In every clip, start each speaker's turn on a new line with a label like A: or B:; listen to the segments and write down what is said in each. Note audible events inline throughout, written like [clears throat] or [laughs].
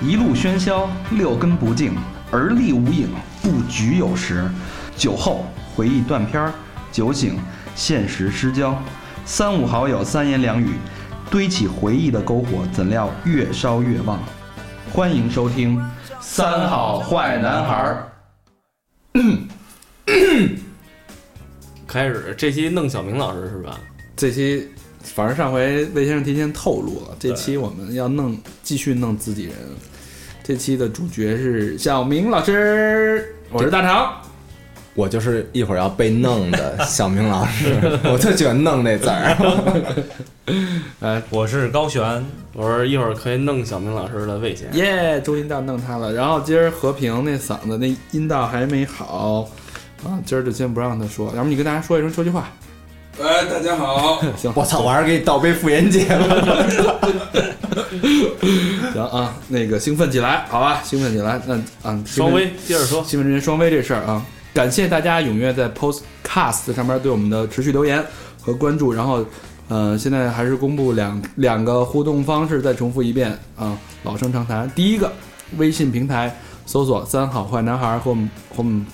A: 一路喧嚣，六根不净，而立无影，不局有时。酒后回忆断片儿，酒醒现实失焦。三五好友三言两语，堆起回忆的篝火，怎料越烧越旺。欢迎收听《三好坏男孩儿》。
B: 开始这期弄小明老师是吧？
C: 这期反正上回魏先生提前透露了，这期我们要弄继续弄自己人。这期的主角是小明老师，我是大长。
D: 我就是一会儿要被弄的
C: [laughs]
D: 小明老师，我就喜欢“弄”这字儿。
E: 我是高璇，
B: 我说一会儿可以弄小明老师的魏先生。
C: 耶，终于到弄他了。然后今儿和平那嗓子那音道还没好啊，今儿就先不让他说，要不你跟大家说一声说句话。
F: 哎，大家好，
C: [laughs] 行
D: 我操，我还是给你倒杯妇炎洁吧。
C: 行啊，那个兴奋起来，好吧，兴奋起来。那啊，
B: 稍微接着说，
C: 新闻之前双微这事儿啊，感谢大家踊跃在 Podcast 上面对我们的持续留言和关注。然后，呃，现在还是公布两两个互动方式，再重复一遍啊，老生常谈。第一个，微信平台搜索“三好坏男孩”和我们和我们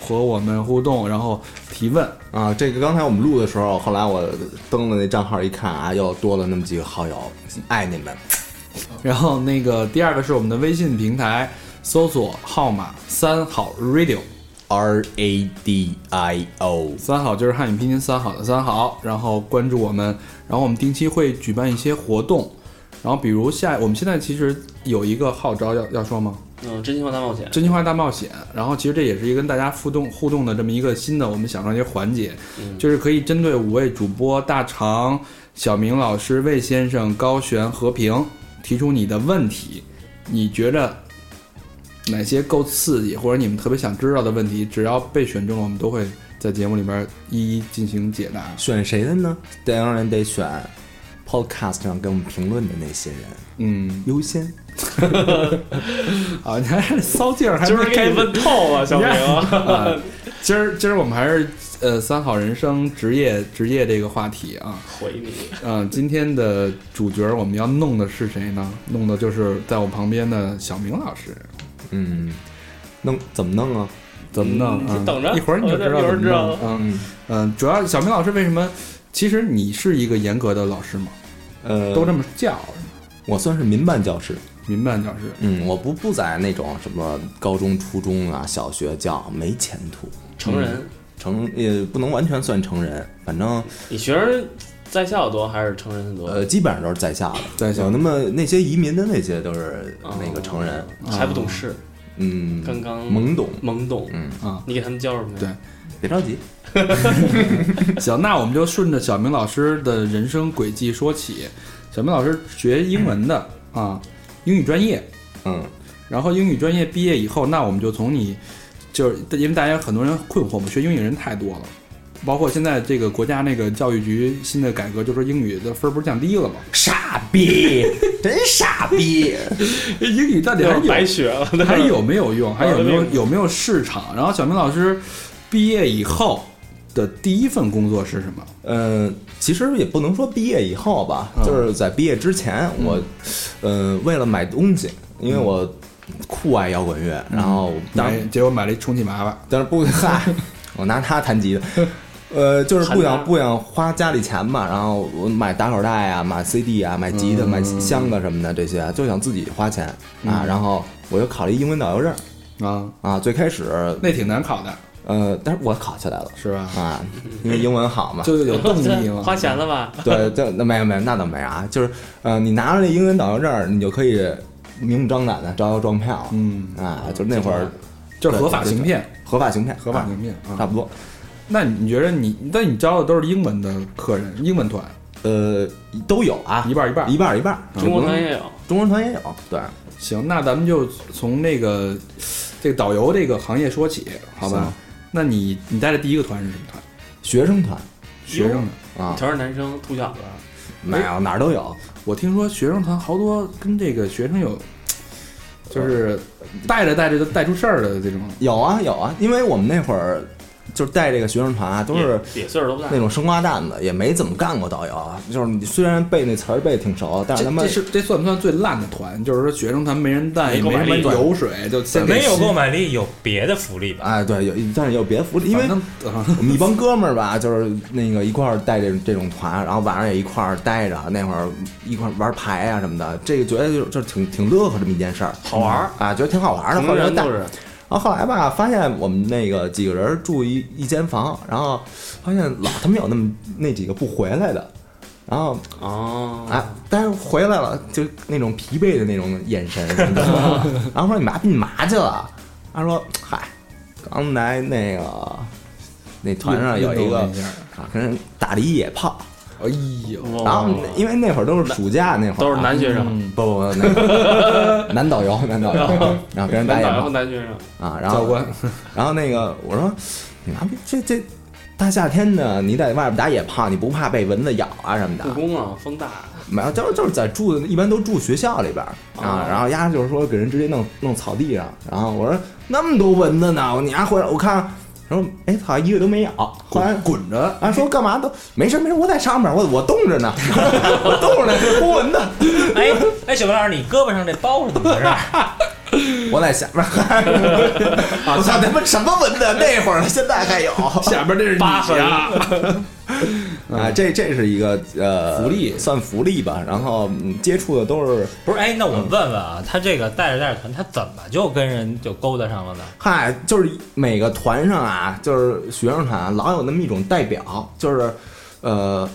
C: 和我们互动，然后提问。
D: 啊，这个刚才我们录的时候，后来我登了那账号一看啊，又多了那么几个好友，嗯爱你们。
C: 然后那个第二个是我们的微信平台，搜索号码“三好 Radio”。
D: R A D I O，
C: 三好就是汉语拼音三好的三好，然后关注我们，然后我们定期会举办一些活动，然后比如下我们现在其实有一个号召要要说吗？
B: 嗯，真心话大冒险，
C: 真心话大冒险，然后其实这也是一个跟大家互动互动的这么一个新的我们想上一些环节，
B: 嗯
C: 就是可以针对五位主播大长、小明老师、魏先生、高璇、和平提出你的问题，你觉着哪些够刺激，或者你们特别想知道的问题，只要被选中了，我们都会在节目里边一一进行解答。
D: 选谁的呢？当然得选 Podcast 上给我们评论的那些人
B: [laughs]
C: 嗯，
D: 优先。
C: 啊，你还是骚劲儿，还
B: 今
C: 没
B: 儿给
C: 开
B: 你问透啊，小明。
C: 啊，今儿今儿我们还是呃三好人生职业职业这个话题啊，
B: 回你，
C: 嗯、今天的主角我们要弄的是谁呢？弄的就是在我旁边的小明老师，
D: 嗯，弄怎么弄啊？
C: 怎么弄？
B: 嗯
C: 啊
B: 你等着
C: 一会儿你就知道
B: 我这一会
C: 怎
B: 儿
C: 么
B: 知道了
C: 弄。嗯
D: 嗯，
C: 嗯，主要小明老师为什么？其实你是一个严格的老师嘛，
D: 呃，
C: 都这么叫，
D: 我算是民办教师。
C: 民办教师。
D: 嗯，我不不在那种什么高中、初中啊、小学教，没前途。
B: 成人，
D: 成也不能完全算成人，反正
B: 你学生在校多还是成人多？
D: 呃基本上都是在校的，
C: 在校
D: 有那么那些移民的那些都是
B: 哦
D: 那个成人，
B: 还不懂事，
D: 嗯，
B: 刚刚
D: 懵懂，
B: 懵懂。
D: 嗯，
C: 啊
B: 你给他们教什么呀？
D: 别着急，
C: 行，那我们就顺着小明老师的人生轨迹说起。小明老师学英文的啊，英语专业，
D: 嗯，
C: 然后英语专业毕业以后，那我们就从你，就是因为大家很多人困惑嘛，学英语人太多了，包括现在这个国家那个教育局新的改革，就说英语的分儿不是降低了吗？
D: 傻 [laughs] 逼，真傻 [laughs] 逼，
C: 英语到底还
B: 那会儿白
C: 有
B: 学了，
C: 还有没有用？还有没
B: 玩
C: 有
B: 了命
C: 有没有市场？然后小明老师毕业以后的第一份工作是什么？
D: 嗯，其实也不能说毕业以后吧，
C: 嗯
D: 就是在毕业之前，我，呃，为了买东西，因为我酷爱摇滚乐，然后当
C: 买，结果买了一充气娃娃。
D: 但是不 [laughs] 嗨，我拿它弹吉他。呃，就是
B: 弹
D: 不想
B: 它
D: 不想花家里钱嘛，然后我买打口袋啊，买 CD 啊，买吉他、买
C: 嗯
D: 箱子什么的这些，啊就想自己花钱啊。然后我又考了一英文导游证
C: 啊，
D: 啊，最开始
C: 那挺难考的，
D: 呃，但是我考下来了
C: 是吧？
D: 啊，因为英文好嘛。
C: 就有动力了。
B: [laughs] 花钱了吧？
D: 对，这那没有没有，那倒没啊，就是呃，你拿着那英文导游证，你就可以明目张胆的招摇撞骗了
C: 嗯，
D: 啊，就是那会儿
C: 就是合法行骗，
D: 合法行骗，
C: 合法行骗
D: 啊
C: 啊。
D: 差不多。
C: 那你觉得你，但你招的都是英文的客人，英文团，
D: 呃，都有啊，
C: 一半儿一半儿。
D: 一半儿一半儿，
B: 啊中国团也有，啊
D: 中国团也有，对，
C: 行，那咱们就从那个这个导游这个行业说起，好吧
D: 行？
C: 那你你带的第一个团是什么团？
D: 学生团
C: 学生的。
D: 啊，
B: 全是男生，兔小子。
D: 没有哪儿都有，
C: 我听说学生团好多跟这个学生
D: 呃
C: 有，就是带着带着就带出事儿的这种。
D: 有啊有啊，因为我们那会儿就是带这个学生团啊，都是
B: 也也岁数都不大
D: 那，种生瓜蛋子，也没怎么干过导游。就是你虽然背那词儿背挺熟，但是
C: 这
D: 他妈
C: 这是这算不算最烂的团？就是说学生团没人带，
B: 没
C: 也
B: 购
C: 没
B: 买
C: 什么
B: 力
C: 油水，就先给
E: 没有
C: 吸
E: 购，买力，有别的福利吧？
D: 哎，对，有但是有别的福利，因为
C: 反正啊
D: 我们一帮哥们儿吧，就是那个一块儿带这这种团，然后晚上也一块儿待着，那会儿一块儿玩牌啊什么的，这个觉得就就挺挺乐呵这么一件事儿，
B: 好玩儿
D: 啊，觉得挺好玩的。
B: 同
D: 后
B: 龄
D: 来
B: 人
D: 带，
B: 都
D: 然
B: 是
D: 后后来吧，发现我们那个几个人住一一间房，然后发现老他妈有那么那几个不回来的，然后
B: 哦，
D: 啊，但是回来了就那种疲惫的那种眼神，你知道吗 [laughs] 然后说你妈逼你嘛去了？他说嗨，刚来那个那团上有一
C: 运
D: 个
C: 动一下
D: 啊，跟人打了一野炮，
C: 哎呦，
B: 哇
D: 然后因为那会儿都是暑假那会儿啊，
B: 哦都是男学生，
C: 嗯，
D: 不不不那个男 [laughs] 导游男导游，然后跟人打
B: 男
D: 野
B: 导游
D: 炮
B: 男学生，
D: 啊，然
C: 教
D: 后
C: 官，
D: [laughs] 然后那个我说你妈逼这这大夏天的你在外边打野炮，你不怕被蚊子咬啊什么的
C: 嗯
B: 故？宫啊，风大，
D: 没有，就是就是在住，一般都住学校里边儿啊
B: 哦。
D: 然后丫就是说给人直接弄弄草地上，然后我说那么多蚊子呢，我你丫回来我看，然后哎操，一个都没咬。后来
C: 滚滚着，
D: 啊说干嘛都没事没事，我在上面，我我冻着呢， [laughs] 我冻着呢，这多蚊子，
E: 哎哎，小白老师，你胳膊上这包是怎么回事？
D: 我在下面。
C: 啊
D: [laughs] 我操他妈什么蚊子？那会儿现在还有
C: 下边这是疤痕，
D: 啊，这这是一个呃
C: 福利
D: 算福利吧。然后嗯接触的都是
E: [laughs] 不是，哎，那我问问啊，他这个带着带着团，他怎么就跟人就勾搭上了呢？
D: 嗨，就是每个团上啊，就是学生团啊老有那么一种代表，就是，呃，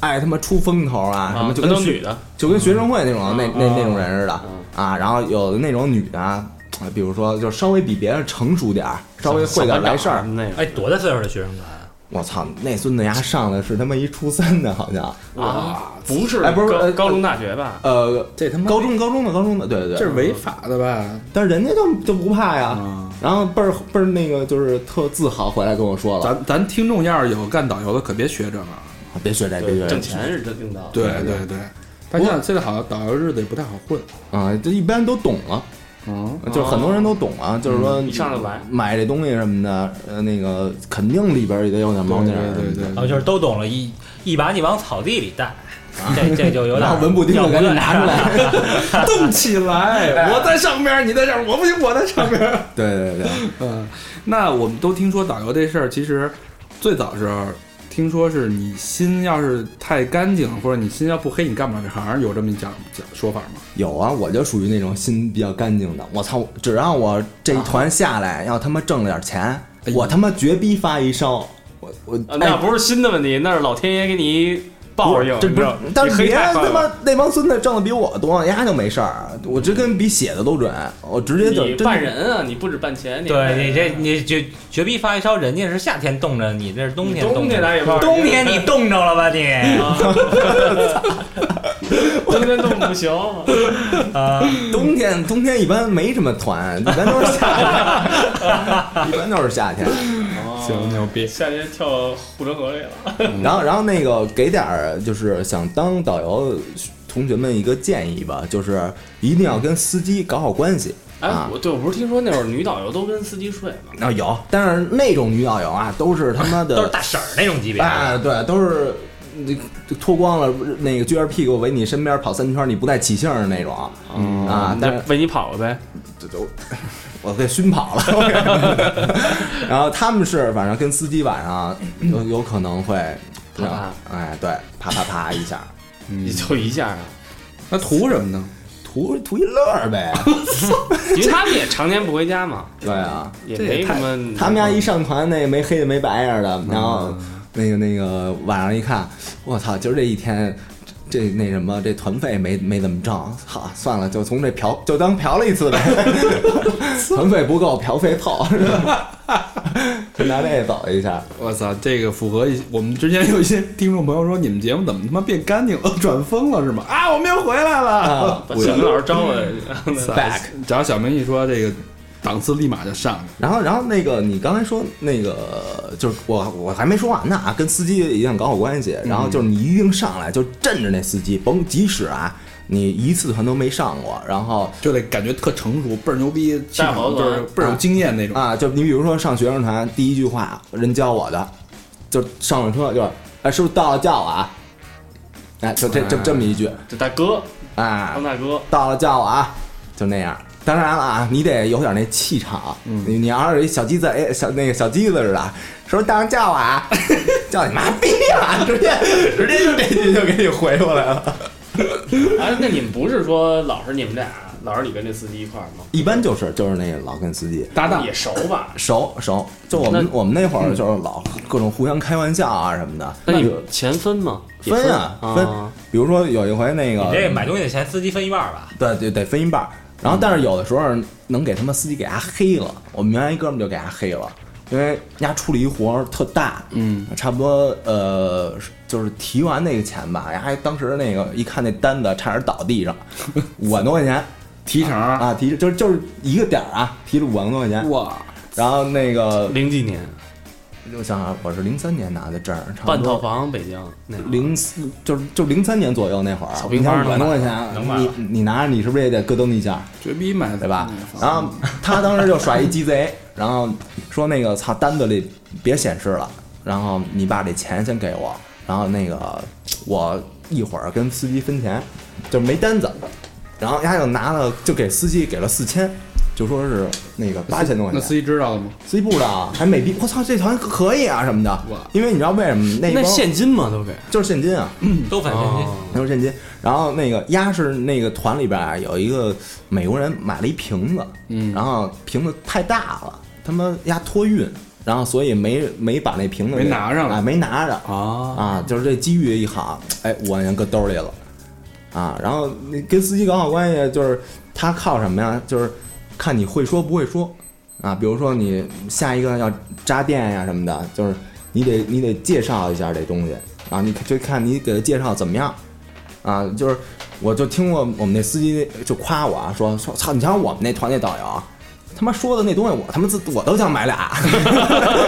D: 爱他妈出风头啊，什么
B: 啊
D: 就
B: 全
D: 跟
B: 都
D: 学
B: 女的，
D: 就跟学生会那种、
C: 嗯
D: 那那
B: 啊
D: 那种人似的啊，然后有的那种女的啊，比如说就稍微比别人成熟点儿，稍微会点来事儿。
B: 那个
E: 哎，多大岁数的学生团啊？
D: 我操，那孙子丫上来是他妈一初三的，好像，
B: 啊，不是，
D: 哎不是
B: 高
D: 呃
B: 高中大学吧？
D: 呃，
C: 这他妈
D: 高中高中的高中的，对对对，
C: 这是违法的吧？
D: 但是人家就就不怕呀，
C: 啊，
D: 然后倍儿倍儿那个就是特自豪回来跟我说了，
C: 咱咱听众要是有干导游的，可别学这个。
D: 别学这别
B: 对，
D: 学这
B: 挣钱是真硬道，
C: 对对对，但现在现在好像导游日子也不太好混。
D: 啊，这一般都懂了，
C: 嗯，
D: 就是很多人都懂啊，就是说
B: 一啊嗯上就来，
D: 买这东西什么的，呃，那个肯定里边儿也得有点啊猫腻儿，
C: 对对对
E: 然后哦就是都懂了，一一把你往草地里带，这
D: [laughs]
E: 这就有
D: 然后
E: 点
D: 文不丁的赶紧拿出来，
C: 动起来！我在上边，你在这儿，我不行，我在上边。
D: 对对对 [laughs] 对，
C: 嗯，那我们都听说导游这事儿，其实最早时候听说是你心要是太干净，或者你心要不黑，你干不了这行，有这么一讲讲说法吗？
D: 有啊，我就属于那种心比较干净的，我操，只要我这一团下
B: 啊
D: 来，要他妈挣了点钱，
C: 呦
D: 我他妈绝逼发一烧，我我
B: 哎啊，
D: 哎
B: 那不是新的问题，那是老天爷给你报应，
D: 这
B: 你
D: 不
B: 知
D: 是
B: 道，
D: 但
B: 你
D: 是
B: 黑
D: 别人
B: 太
D: 他
B: 狠
D: 妈
B: 了
D: 那帮孙子挣的比我多，丫就没事儿，啊我这跟比写的都准，我直接就
B: 你
D: 真
B: 办人啊，你不止办钱，
E: [laughs] 对你这你绝绝逼发一烧，人家是夏天冻着，你这是冬天
B: 冬
E: 冻
B: 天
E: 着
B: 打野炮，
E: 冬天你冻着了吧你？ [laughs]
D: 啊 [laughs]
B: 冬天冻不行，
E: 啊，
D: 冬天冬天一般没什么团，一般都是夏天， [laughs] 一般都是夏
B: [laughs]
D: 天。
C: 行，牛逼！
B: 夏天跳护城河里了，
D: 然后然后那个给点儿就是想当导游同学们一个建议吧，就是一定要跟司机搞好关系
B: 哎
D: 啊，。
B: 我对我不是听说那会儿女导游都跟司机睡吗？
D: 啊有，但是那种女导游啊，都是他妈
E: 都是
D: 的
E: 大婶儿那种级别的。
D: 啊，对，都是你脱光了，那个撅着屁股围你身边跑三圈，你不带起性儿的那种啊
B: 你。
D: 但是
B: 就为你跑了呗，
D: 这都我给熏跑了。 [laughs] 然后他们是反正跟司机晚上有有可能会
B: 啪啪，
D: 哎，对，啪啪啪一下，嗯
B: 你就一下啊，
C: 那图什么呢？
D: 图图一乐儿呗。 [laughs]
B: 因为他们也常年不回家嘛，
D: 对啊，
B: 也
C: 这也
B: 没什
C: 太
B: 么。
D: 他们家一上团，那没黑的没白样的，然后那个那个晚上一看，我操，今儿这一天。这那什么，这团费没没怎么挣，好算了，就从这嫖就当嫖了一次呗，团费不够，嫖费凑，是吧就拿这走一下。
C: 我操，这个符合一我们之前有一些听众朋友说，你们节目怎么他妈变干净了， [laughs] 转风了是吗？啊，我们又回来了。
D: 啊
B: 把小明老师招
D: [laughs]
B: 了，
C: back，只要小明一说这个档次，立马就上去。
D: 然后，然后那个你刚才说那个，就是我我还没说完呢啊，跟司机一定搞好关系。然后就是你一定上来就镇着那司机，甭即使啊，你一次团都没上过，然后
C: 就得感觉特成熟，倍儿牛逼，气
B: 大猴
C: 场
B: 子
C: 就是倍儿有经验那种。
D: 啊，就你比如说上学生团，第一句话人教我的，就上了车就是，哎，师傅到了叫我啊，哎，就这这这么一句
B: 这大哥，
D: 啊
B: 当，大
D: [laughs]
B: 哥，
D: 到了叫我啊，就那样。当然了啊，你得有点那气场，你你要是一小鸡子，哎，小那个小鸡子似的，师傅到了叫我啊， [laughs] 叫你妈逼啊，直接直接就这句就给你回过来了。
B: 哎，那你们不是说老是你们俩，老是你跟这司机一块儿吗？
D: 一般就是就是那个老跟司机
C: 搭档
B: 也熟吧？
D: 熟熟，就我们
B: 那
D: 我们那会儿就是老各种互相开玩笑啊什么的。
B: 那你
D: 比如
B: 们钱分吗？也
D: 分啊分
B: 啊，
D: 比如说有一回那个
E: 你这买东西的钱司机分一半儿吧？
D: 对对得分一半儿。然后，但是有的时候能给他们司机给他黑了。我们原来一哥们就给他黑了，因为人家出了一活儿特大，嗯，差不多呃，就是提完那个钱吧，然后还当时那个一看那单子差点倒地上， [laughs] 五万多块钱
C: 提成儿，
D: 啊，提就是就是一个点儿啊，提了五万多块钱。
C: 哇，
D: 然后那个
B: 零几年
D: 我想想，我是零三年拿的证儿，差不
B: 半套
D: 多
B: 房北京那会儿
D: 零四就是就零三年左右那会儿，
B: 小
D: 你
B: 平
D: 看
B: 方
D: 五万
B: 能
D: 多块
E: 能买
D: 钱，
E: 了
D: 你你拿着你是不是也得咯噔一下？
C: 绝逼买的
D: 对吧？
C: 嗯
D: 然后他当时就耍一鸡贼，然后说那个操单子里别显示了，然后你把这钱先给我，然后那个我一会儿跟司机分钱，就是没单子，然后丫就拿了就给司机给了四千，就说是那个八千多块
C: 那
D: 钱，
C: 司机知道了吗？
D: 司机不知道啊，还美逼，我操这团可以啊什么的
C: 哇，
D: 因为你知道为什么那
B: 那
D: 帮
B: 现金吗？都给
D: 就是现金啊，
E: 都返现金。
B: 哦
D: 那是现金。然后那个鸭是那个团里边啊有一个美国人买了一瓶子，嗯，然后瓶子太大了，他妈鸭托运，然后所以没没把那瓶子给
C: 没拿上
D: 啊，没拿着
C: 啊，
D: 啊，就是这机遇一好，哎，五万元搁兜里了啊。然后那跟司机搞好关系，就是他靠什么呀？就是看你会说不会说啊。比如说你下一个要扎店呀什么的，就是你得你得介绍一下这东西啊，你就看你给他介绍怎么样啊。就是我就听过我们那司机就夸我啊，说说操，你瞧我们那团那导游啊。他妈说的那东西，我他妈自我都想买俩， [laughs]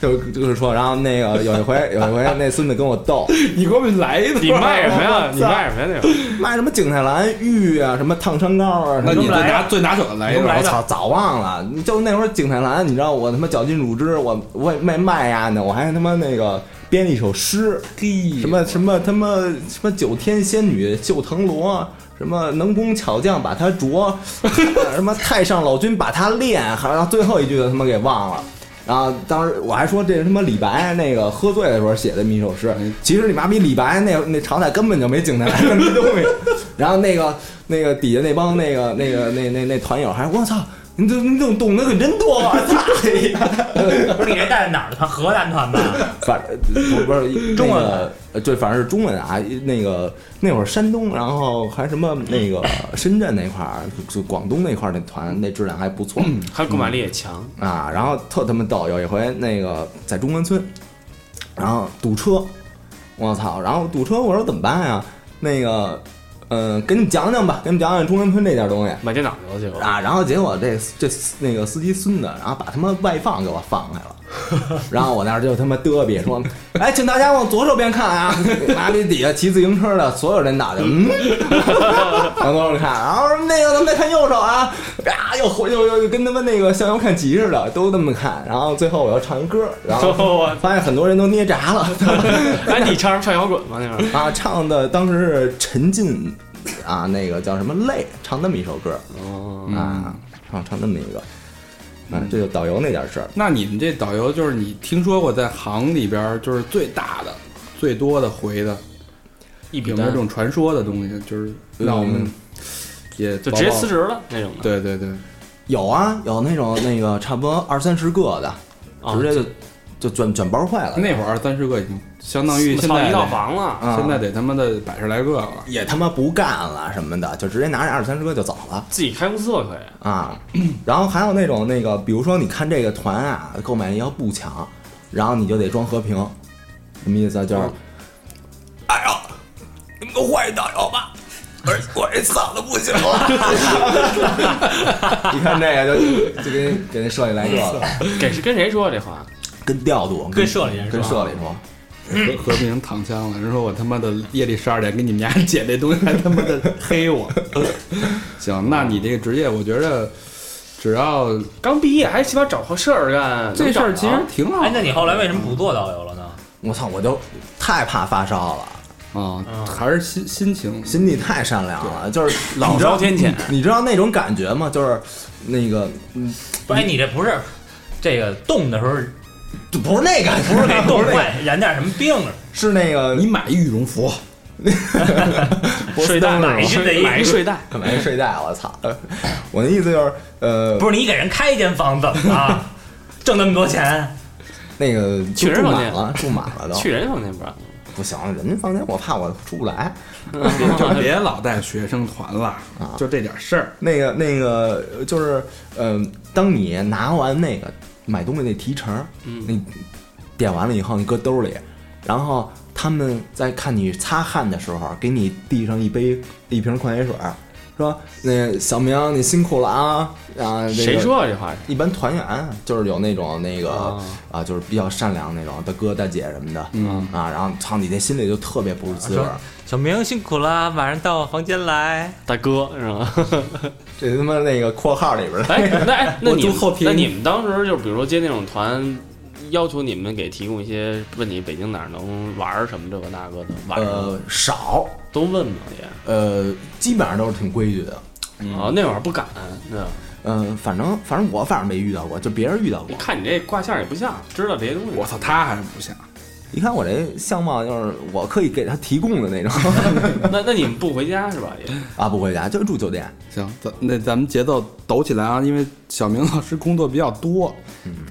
D: 就就是说，然后那个有一回，有一回那孙子跟我逗，
C: 你给我们来一
B: [laughs] 你
C: 个，
B: 卖什么呀？你卖什么呀？那会儿
D: 卖什么景泰蓝玉啊，什么烫伤膏啊，
C: 那
D: 什么
C: 你最拿最拿手的来一
D: 我
C: 个，
D: 操，早忘了。你就那会儿景泰蓝，你知道我他妈绞尽乳汁，我我也卖卖呀呢，我还他妈那个编了一首诗，
C: 嘿
D: 什么什么他妈什么九天仙女绣藤萝，什么能工巧匠把它琢， [laughs] 什么太上老君把它炼，还然后最后一句他妈给忘了。然后当时我还说这是他妈李白那个喝醉的时候写的这么一首诗，其实你妈逼李白那那朝代根本就没景泰蓝这么东西。然后那个那个底下那帮那个那个那那那团友还我操，你这你懂懂得可真多啊！操你妈！
E: 不是你这带的哪儿的团？河南团吧？
D: 反不不是
E: 中文
D: 那个呃对，反正是中文啊。那个那会儿山东，然后还什么那个深圳那块儿，就广东那块儿那团那质量还不错、
E: 嗯
B: 还有购买力也强，
D: 啊。然后特他妈逗，有一回那个在中关村，然后堵车，我操！然后堵车，我说怎么办呀？那个，嗯、给你们讲讲吧，给你们讲讲中关村这点东西。
B: 买电脑去了，结果
D: 啊，然后结果这这那个司机孙子，然后把他妈外放给我放开了，然后我那儿就他妈嘚比说，哎，请大家往左手边看啊， [laughs] 妈逼底下骑自行车的所有人脑袋，嗯， [laughs] 往左手看，然后说那个咱们再看右手啊，啊，又回又又又跟他们那个向右看齐似的，都那么看，然后最后我要唱一歌，
B: [laughs]
D: 然后发现很多人都捏闸了，
B: 哎，你唱什么唱摇滚吗？
C: 哦
B: 那会儿嗯
D: 啊，唱的当时是陈进啊，那个叫什么泪，唱那么一首歌，
C: 嗯
B: 哦，
D: 啊，唱唱那么一个，啊，这就导游那点事儿。
C: 那你们这导游就是你听说过在行里边儿就是最大的、最多的回的，
B: 一
C: 有
B: 饼
C: 没有
B: 单
C: 这种传说的东西？就是让我们
D: 嗯
C: 也
B: 就
C: 报
B: 直接
C: 报
B: 辞职了那种的，
C: 对对对，
D: 有啊，有那种那个差不多二三十个的，
B: 啊
D: 直接哦就嗯就卷卷包坏了，
C: 那会儿三十个已经相当于现
B: 操
C: 在
B: 一套
C: 得
B: 房了，
D: 啊
C: 现在得他妈的百十来个了。
D: 也他妈不干了什么的，就直接拿着二三十个就走了。
B: 自己开公司了可以。
D: 啊，然后还有那种那个，比如说你看这个团啊，购买力要不强，然后你就得装和平，什么意思啊？就是，哎呀，你们都换一导游吧，我我这嗓子不行了。你看这个就就给给那社里来这个，
B: 给是跟谁说这话？
D: 跟调度，
E: 跟社里人说
D: 跟社里说，
C: 和和平躺枪了，人说我他妈的夜里十二点给你们家捡这东西，还他妈的黑我。行，那你这个职业，我觉得只要
B: 刚毕业还希望找个事儿干，啊
C: 这事儿其实挺好
E: 哎，那你后来为什么不做导游了呢？
D: 我操，我都太怕发烧了，
C: 啊，还是心心情
D: 心地太善良了，就是老
B: 老
D: 招
B: 招天谴。
D: 你知道那种感觉吗？就是那个，
E: 不是，哎，你这不是这个冻的时候
D: 就不是那个，[laughs]
E: 不是给冻
D: 那个，
E: 坏，染点什么病啊了？
D: 是那个
C: 你买羽绒服，
D: 波司
B: 睡袋
D: 登
E: 买
D: 是吗？
E: 一睡得
B: 买一睡袋，
D: 可没睡袋，我操！ [laughs] 我的意思就是，呃，
E: 不是你给人开一间房怎么了？挣那么多钱，
D: 那个就
B: 去人
D: 住
B: 房
D: 满
B: 间
D: 了，住满了都
B: 去人房间不
C: [laughs]
B: 让。
D: 不行，人家房间我怕我出不来。
C: 就别老带学生团了，就这点事儿。
D: 那个那个呃就是，呃，当你拿完那个买东西那提成，
B: 嗯
D: 你点完了以后，你搁兜里，然后他们在看你擦汗的时候，给你递上一杯一瓶矿泉水，说那小明你辛苦了啊啊！那个
B: 谁说啊这话？
D: 一般团员就是有那种那个
B: 啊
D: 啊，就是比较善良那种大哥大姐什么的，嗯啊，然后操你那心里就特别不是啊滋味儿，
E: 小明辛苦了，晚上到我房间来。
B: 大哥是吧？
D: 这他妈那个括号里边儿
B: [laughs]
D: 的，
B: 哎，那哎那
C: 我
B: 你
C: 住后
B: 们
C: 厅
B: 那你们当时就比如说接那种团，要求你们给提供一些问你北京哪儿能玩儿什么这个那个的，晚上
D: 呃，少，
B: 都问吗也？
D: 呃，基本上都是挺规矩的，
B: 啊，那会儿不敢，对吧，
D: 嗯、反正反正我反正没遇到过，就别人遇到
B: 一
D: 过。
B: 看你这卦象也不像，知道这些东西。
C: 我操，他还不像，
D: 一看我这相貌，就是我可以给他提供的那种 [laughs]
B: 那那你们不回家是吧？也
D: 啊，不回家就住酒店。
C: 行，咱那咱们节奏抖起来啊，因为小明老师工作比较多，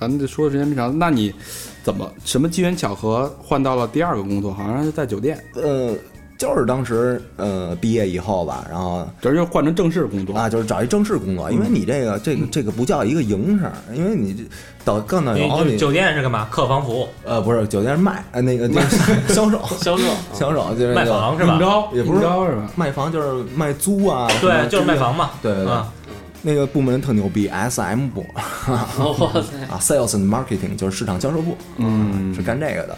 C: 咱们这说的时间不长。那你怎么什么机缘巧合换到了第二个工作？好像是在酒店，
D: 呃，就是当时呃毕业以后吧，然后
C: 这又换成正式工作。
D: 啊就是找一正式工作，因为
E: 嗯
D: 你这个这个这个不叫一个营生，因为你这导干导游
E: 酒
D: 你
E: 酒店是干嘛？客房服务，
D: 呃不是酒店卖呃那个就是 [laughs] 销售
B: 销售
D: 销售就是那
E: 卖
D: 个
E: 房是
C: 怎么
E: 吧？
C: 着？
D: 也不是
C: 怎么着是吧？
D: 卖房就是卖租啊，什么
E: 对，就是
D: 租
E: 卖
D: 啊。
E: 房嘛。
D: 对对对
E: 啊，
D: 那个部门特牛逼，SM 部
B: 哇塞，
D: [laughs] 啊，Sales and Marketing 就是市场销售部，嗯，是干这个的。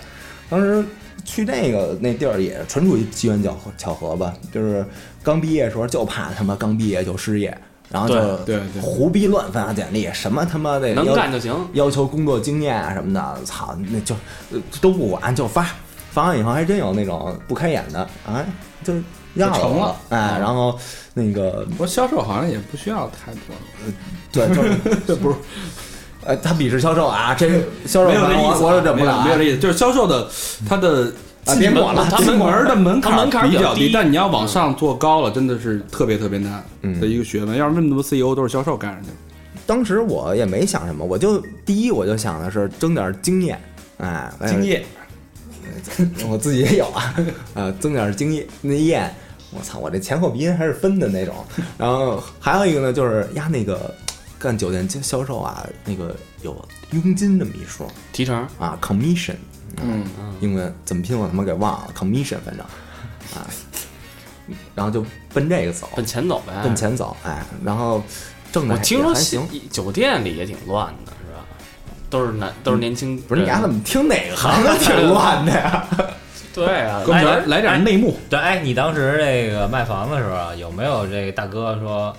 D: 当时去那个那地儿也纯属于机缘巧合巧合吧，就是刚毕业的时候就怕他妈刚毕业就失业，然后就
C: 对对对
D: 胡逼乱发简历，什么他妈的
B: 能
D: 要
B: 干就行。
D: 要求工作经验啊什么的，操，那就呃都不管就发，发完以后还真有那种不开眼的，哎，就要
C: 就成了
D: 哎，然后那个
C: 不过销售好像也不需要太多了，
D: 对，就是
C: [laughs]
D: 不是，呃，他鄙视销售啊，这销售
C: 没有这
D: 反正
C: 意
D: 我
C: 思，
D: 我忍不了
C: 没有
D: 啊，
C: 没有这意思，就是销售的他的
D: 啊别管了
C: 他
D: 别
C: 门
D: 管
C: 门
D: 了
C: 的门
B: 他门槛儿
C: 比
B: 比
C: 较嗯
B: 较低
C: 但你要往上做高了，真的是特别特别难
D: 嗯
C: 的一个学问。要是那么多 CEO 都是销售干上去的，
D: 当时我也没想什么，我就第一我就想的是争点经验，哎，哎
C: 验
D: 我自己也有啊，呃，增点经验那验，我操，我这前后鼻音还是分的那种。然后还有一个呢，就是呀，那个干酒店销售啊，那个有佣金这么一说
B: 提成
D: 啊，commission，
C: 嗯，
D: 英文怎么拼我他妈给忘了，commission 反正啊，然后就奔这个走，
B: 奔钱走呗，
D: 奔。钱走，哎，然后挣的
B: 我
D: 还
B: 听
D: 也
B: 说
D: 还行。
B: 酒店里也挺乱的，是吧？都是男，都是年轻人。
D: 嗯不是你丫怎么听哪个行都挺乱的呀？
B: 对啊
C: 给我，们来来点内幕，
E: 对，哎，你当时这个卖房的时候啊，有没有这个大哥说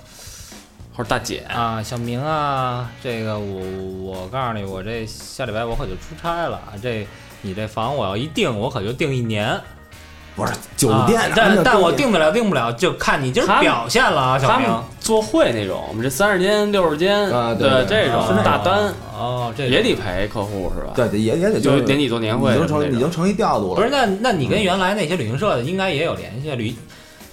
B: 或者大姐，
E: 啊，小明啊，这个我我告诉你，我这下礼拜我可就出差了，这你这房我要一订，我可就订一年。
D: [laughs] 不是酒
E: 啊
D: 店，咱
E: 但
D: 们
E: 但
D: 都
E: 我
D: 得
E: 定得了定不了，就看你今
B: 他
E: 儿
B: 们
E: 表现了啊，小
B: 他
E: 明
B: 们。做会那种，我们这三十间、六十间
D: 啊对
B: 对
D: 对
B: 这
E: 啊
B: 种大单
E: 哦，这
B: 也得陪客户是吧？，
D: 对对，也也得
B: 就是
D: 是
B: 年底做年会
D: 你
B: 什
D: 就
B: 么
D: 成
B: 那
D: 你就
B: 种。
D: 成一调度
E: 不是
D: 了。
E: 那那你跟原来那些旅行社的应该也有联系，啊旅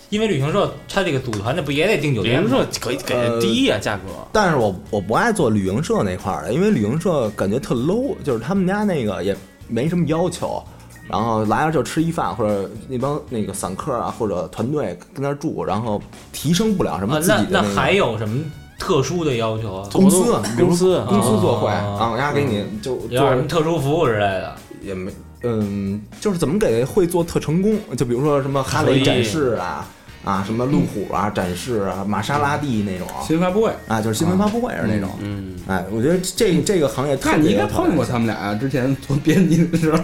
E: 因为旅行社他这个组团的不也得订酒
B: 旅
E: 店
B: 行
E: 吗？
B: 社可以给的低啊，价格
D: 但是我我不爱做旅行社那块儿的，因为旅行社感觉特 low，就是他们家那个也没什么要求，然后来了就吃一饭，或者那帮那个散客啊或者团队跟那儿住，然后提升不了什么
E: 啊，
D: 自
E: 那
D: 己的
E: 那
D: 个
E: 还有什么特殊的要求啊？
D: 公司
B: 活动公司
D: 公司做会
E: 啊
D: 啊，人家给你就
E: 有点什么
D: 做
E: 特殊服务之类的？
D: 也没嗯，就是怎么给会做特成功，就比如说什么哈雷展示啊。啊，什么路虎啊，展示啊，玛莎拉蒂那种
C: 新闻发布会。
D: 啊，就是新闻发布会是那种，
B: 嗯，
D: 哎，我觉得这这个行业
C: 那
D: 特别
C: 你应该
D: 有挑
C: 碰见
D: 战
C: 过他们俩啊，之前做编辑的时候，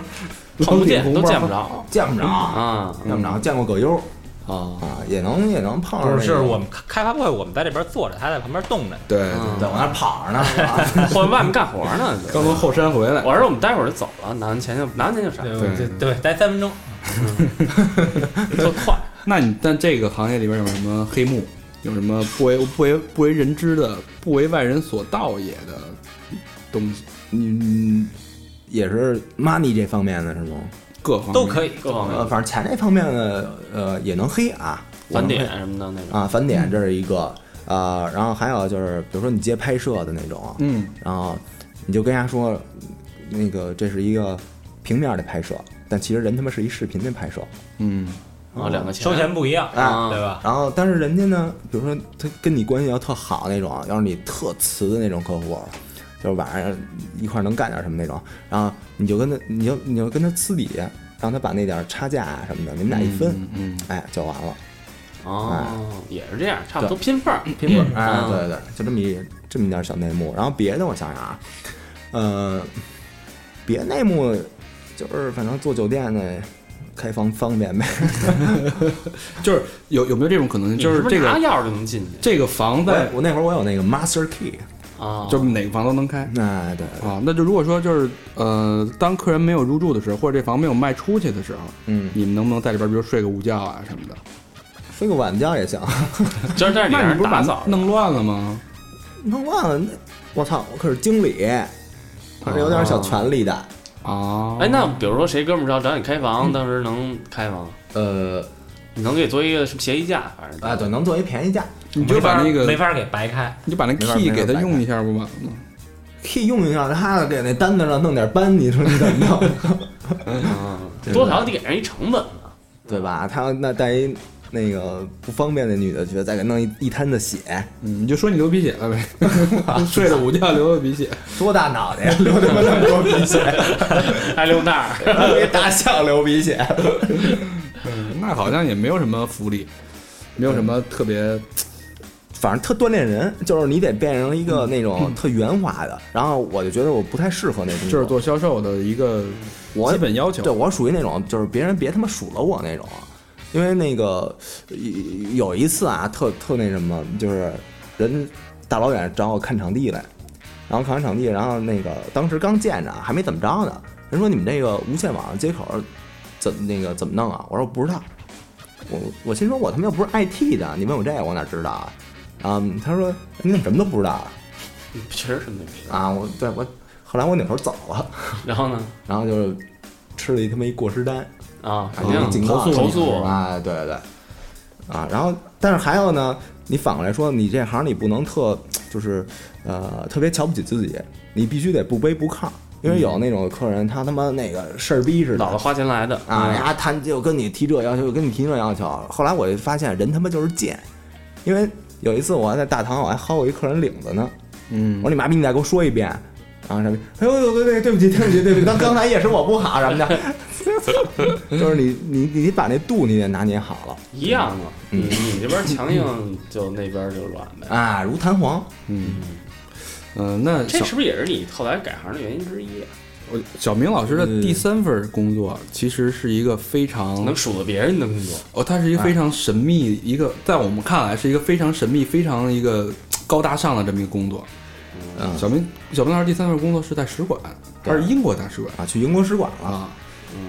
B: 碰不
D: 老领
B: 见，
D: 红
B: 都
D: 包
B: 见不着
D: 见不着，
B: 啊
D: 见不着，见过葛优
B: 啊！
D: 啊，也能也能碰上那
E: 不
D: 个。
E: 是，是我们开开发布会，我们在这边坐着，他在旁边冻着。
C: 对，
D: 嗯在往那儿跑着呢，是吧 [laughs]
B: 或者外面干活呢。
C: [laughs] 刚从后山回来，
B: 我说我们待会儿就走了，拿完钱就拿完钱就闪，
E: 对对对，待三分钟，
B: 特快。
C: 那你但这个行业里边有什么黑幕？有什么不为不为不为人知的、不为外人所道也的东西？
D: 嗯，也是 money 这方面的是吗？
C: 各方面
E: [laughs] 都可以。
B: 各方
D: 呃，
B: 面
D: 反正钱这方面的，呃，也能黑啊，我
B: 返
D: 能
B: 点
D: 黑
B: 什么的那种。
D: 啊，返点这是一个，呃，然后还有就是，比如说你接拍摄的那种，
C: 嗯，
D: 然后你就跟人家说，那个这是一个平面的拍摄，但其实人他妈是一视频的拍摄，
C: 嗯，
B: 啊，两个钱
E: 收钱不一样，
D: 啊
E: 对吧？
D: 然后但是人家呢，比如说他跟你关系要特好那种，啊要是你特瓷的那种客户。啊就是晚上一块儿能干点什么那种，然后你就跟他，你就你就跟他私底下，让他把那点儿差价啊什么的，你们俩一分，
C: 嗯，
D: 哎，就完了。
B: 哦，也是这样，差不多拼缝儿，拼
D: 不
B: 缝
D: 是
B: 儿。
D: 哎，
B: 啊
D: 对对对，就这么一这么一点小内幕。然后别的我想想啊，呃，别的内幕就是反正做酒店的开房方便呗，
C: 就是有有没有这种可能性？
B: 你
C: 就是
B: 不
C: 这
B: 拿
C: 个
B: 钥匙就能进去
C: 这个房
D: 我也
C: 在，
D: 我那会儿我有那个 master key，
B: 啊？
C: 就是哪个房都能开。
D: 哎对，
C: 啊，那就如果说就是呃，当客人没有入住的时候，或者这房没有卖出去的时候，
D: 嗯，
C: 你们能不能在里边，比如睡个午觉啊什么的？
D: 睡个晚觉也行。
B: 今儿在里
C: 那你
B: 面
C: 不是把
B: 打扫
C: 弄乱了吗？
D: 弄乱了，那我操，我可是经理，可是有点小权利的。
C: 啊，
B: 哎，那比如说谁哥们儿要找你开房，当时能开吗？
D: 呃，
B: 你能给做一个什么协议价，反正
D: 啊，对，能做一便宜价
C: 你就把那
E: 没
C: 个，
E: 法给白开，
C: 你就把那
D: 没法
C: key
D: 没法
C: 给他
D: 摆开
C: 用一下不完了吗？
D: ，key 用一下，他给那单子上弄点斑，你说你怎么弄？ [laughs]
B: 嗯多少得给人一成本啊。
D: 对吧？他要那带一那个不方便的女的去，再给弄一一滩子血，
C: 嗯，你就说你流鼻血了呗， [laughs] 睡了午觉流了鼻血，
D: 多大脑袋呀，啊 [laughs] 流他妈那么多鼻血，
B: 还溜那儿，
D: 给大象流鼻血。
C: 那好像也没有什么福利，没有什么特别
D: 反正特锻炼人，就是你得变成一个那 [clears throat] 种特圆滑的。然后我就觉得我不太适合那种，
C: 就是做销售的一个
D: 我
C: 基本要求。
D: 对我属于那种就是别人别他妈数落我那种，因为那个有有一次啊，特特那什么，就是人大老远找我看场地来，然后看完场地，然后那个当时刚见着，还没怎么着呢，人说你们这个无线网接口怎么那个怎么弄啊？我说我不知道，我我心说我他妈又不是 IT 的，你问我这个我哪知道啊？啊、他说你怎么什么都不知道啊？
B: 确实什么都没有。
D: 啊，我对我后来我扭头走了，
B: 然后呢？
D: 然后就是吃了一他妈一过失单。
B: 啊，肯
D: 肯定
B: 定
D: 警告
B: 投诉投诉我
D: 啊，对对对，啊，然后但是还有呢，你反过来说，你这行你不能特就是呃特别瞧不起自己，你必须得不卑不亢，因为有那种客人他他妈那个事儿逼似的
B: 老子花钱来的
D: 啊，
B: 嗯
D: 人家他就跟你提这要求，又跟你提那要求，后来我就发现人他妈就是贱，因为有一次我还在大堂我还薅过一客人领子呢，我
C: 嗯
D: 说你妈逼，你再给我说一遍。然后什么，哎呦，对对对，对不起，对不起，对不起，刚刚才也是我不好什么的， [laughs] 就是你你你把那度你得拿捏好了
B: 一样嘛。你
D: 嗯
B: 你这边强硬，就那边就软呗。
D: 啊，如弹簧。
C: 嗯嗯，那
B: 这
C: 小
B: 是不是也是你后来改行的原因之一啊？
C: 我小明老师的第三份工作其实是一个非
D: 嗯
C: 常
B: 能数落别人的工
D: 啊
B: 作，
C: 哦，它是一个非常神秘，一个在我们看来是一个非常神秘、非常一个嘖高大上的这么一个工作。
D: 嗯
C: 小明，小明老师第三份工作是在使馆，他是英国大使馆
D: 啊，去英国使馆了，
C: 啊。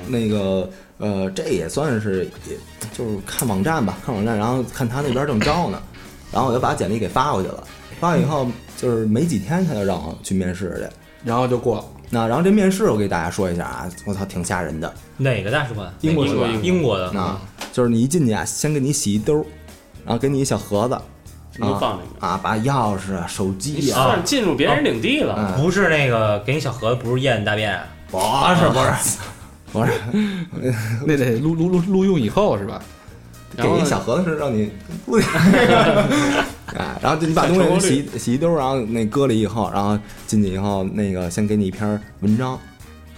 D: 那个呃，这也算是，也就是看网站吧，看网站，然后看他那边正招呢，然后我就把简历给发过去了，发了以后就是没几天他就让我去面试去，
C: 然后就过了，
D: 那然后这面试我给大家说一下啊，我操，挺吓人的，
E: 哪个大使馆？
D: 英国使
B: 馆
E: 英国的
D: 啊，就是你一进去啊，先给你洗一兜儿，然后给你一小盒子，
B: 你就放里面。
D: 啊，把钥匙啊、手
B: 你
D: 机啊，
B: 算是进入别人领地了，
D: 嗯
E: 啊不是那个给你小盒子，不是验大便啊，
D: 不是不是
B: [laughs]
D: 不是，
C: [laughs] 那得录录录录用以后是吧？
B: 然后
D: 给一小盒子是让你
B: [laughs]
D: 啊，然后就你把东西洗洗一兜儿，然后那搁里以后，然后进去以后，那个先给你一篇文章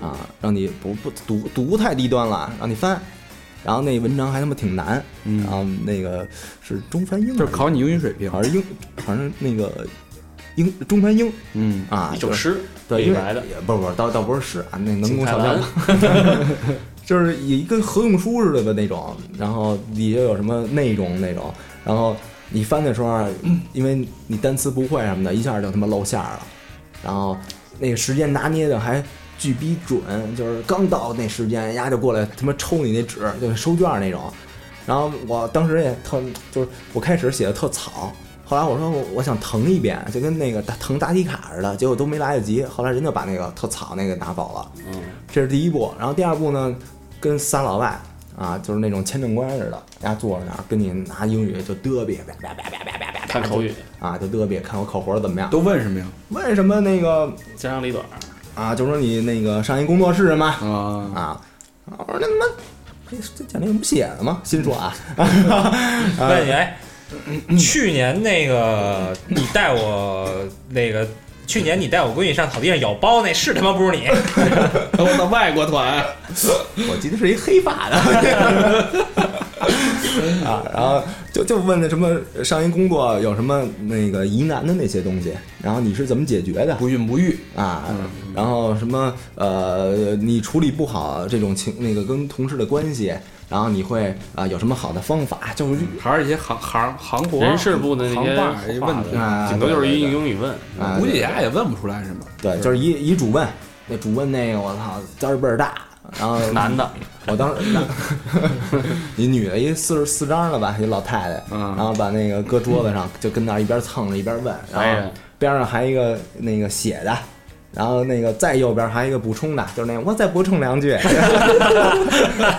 D: 啊，让你不不读读太低端了，让你翻，然后那文章还他妈挺难，
B: 嗯
D: 然后那个是中翻英还
C: 就是是考你英语水平
D: 好。像英，好像那个英中盘英
C: 嗯，
D: 啊，
B: 一
D: 就
B: 首
D: 是
B: 诗，
D: 对，
B: 李
D: 因为
B: 白的，
D: 也不不倒倒不是诗啊，那能工
B: 请
D: 巧
B: 看
D: 匠
B: 完，
D: [laughs] 就是一跟合同书似的吧那种，然后底下有什么内容那种，然后你翻的时候啊，因为你单词不会什么的，一下就他妈露馅儿了，然后那个时间拿捏的还巨逼准，就是刚到那时间，人家就过来他妈抽你那纸，就是收卷儿那种。然后我当时也特，就是我开始写的特草，后来我说我我想腾一遍，就跟那个打腾答题卡似的，结果都没来得及。后来人就把那个特草那个拿走了，
B: 嗯，
D: 这是第一步。然后第二步呢，跟仨老外啊，就是那种签证官似的，人家坐在那儿跟你拿英语就嘚比，叭叭叭叭叭叭叭，
B: 看口语，
D: 啊，就嘚比，看我口活怎么样。
C: 都问什么呀？
D: 为什么那个
B: 家长里短儿，
D: 啊？就说你那个上一工作室嘛，
C: 啊，
D: 啊，我说那他妈这这简历不写了吗？心
B: [laughs]
D: 说啊，
E: 问你，哎，去年那个你带我那个，去年你带我闺女上草地上咬包那是他妈不是你？
C: 我的外国 [laughs] 团，
D: 我记得是一黑发的。 [laughs] 啊，然后就就问那什么上一工作有什么那个疑难的那些东西，然后你是怎么解决的
C: 不孕不育，
D: 啊？然后什么呃，你处理不好这种情那个跟同事的关系，然后你会啊、有什么好的方法？就是
C: 还是一些行行行活
B: 人事部的那
C: 行
B: 些
C: 话一问题，
D: 啊
B: 顶多就是一
D: 对对对
B: 英语问，
D: 啊，
C: 估计人家也问不出来什么。
D: 对，就是一一主问，那主问那个我操胆儿倍儿大，然后
B: [laughs] 男的，
D: 我当时， [laughs] 一女的，一四十四张的吧，一老太太，
C: 嗯
D: 然后把那个搁桌子上，就跟那儿一边蹭着一边问，
B: 白
D: 然后
B: 人
D: 边上还一个那个写的，然后那个再右边还一个补充的，就是那个我再补充两
B: [laughs]
D: 句，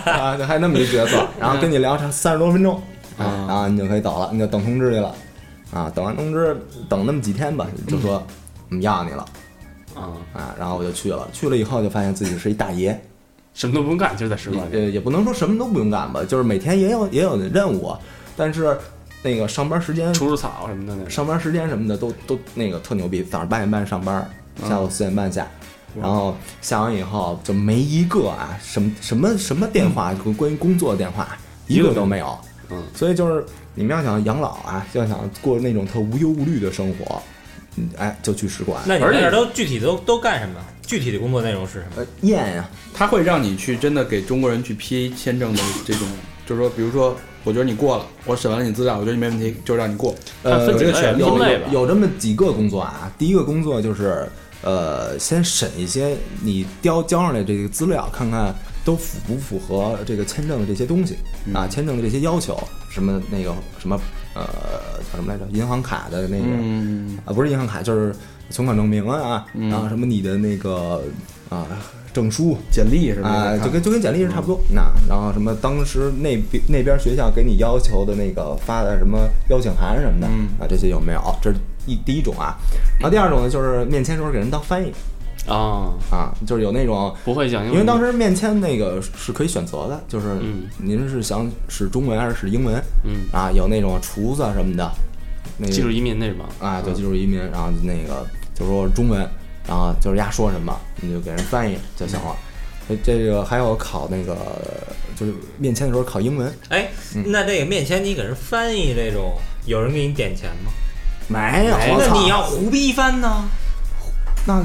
D: 啊，就还那么一角色，然后跟你聊上三十多分钟，
B: 嗯
D: 啊，然后你就可以走了，你就等通知去了，啊，等完通知等那么几天吧，就说我们要你了
B: 啊，
D: 啊，然后我就去了，去了以后就发现自己是一大爷。
B: 什么都不用干，就在使馆里，
D: 呃，也不能说什么都不用干吧，就是每天也有也有任务，但是那个上班时间、
B: 除除草什么的那种。
D: 上班时间什么的都都那个特牛逼，早上八点半上班，下午四点半下，然后下完以后就没一个啊，什么什么什么电话，关于工作的电话一个都没有。
B: 嗯
D: 所以就是你们要想养老啊，要想过那种特无忧无虑的生活，嗯哎，就去使馆。
E: 那你
B: 而
E: 们
B: 且
E: 那儿都具体都都干什么？具体的工作内容是什么？
D: 呃，验呀、
C: 他会让你去真的给中国人去批签证的这种，就是说，比如说，我觉得你过了，我审完了你资料，我觉得你没问题，就让你过。
D: 呃，
B: 分几
D: 这个
B: 类
D: 权利
B: 分类吧
D: 有有这么几个工作啊。第一个工作就是，呃，先审一些你交交上来这个资料，看看都符不符合这个签证的这些东西
B: 嗯
D: 啊，签证的这些要求，什么那个什么呃叫什么来着，银行卡的那个、
C: 嗯，
D: 啊，不是银行卡，就是存款证明啊，
B: 嗯
D: 然后什么你的那个啊证书，
C: 简历是
D: 啊
C: 吧？，
D: 就跟就跟简历是差不多。
B: 嗯
D: 那然后什么，当时那边那边学校给你要求的那个发的什么邀请函什么的、
C: 嗯
D: 啊，这些有没有？这是一第一种啊。然后第二种呢，就是面签时候给人当翻译
B: 啊，
D: 啊，就是有那种。
B: 不会讲英语，
D: 因为当时面签那个是可以选择的，就是
B: 嗯
D: 您是想使中文还是使英文
B: 嗯，
D: 啊？有那种厨子什么的，那个
B: 技术移民那什么
D: 啊，对，技术移民，然后那个就说中文，然后就是丫说什么，你就给人翻译就行了。这这个还有考那个就是面签的时候考英文，
E: 哎，那这个面签你给人翻译这种，有人给你点钱吗？哎
D: 没有，哎我
E: 那
D: 操
E: 你要胡逼翻呢？
D: 那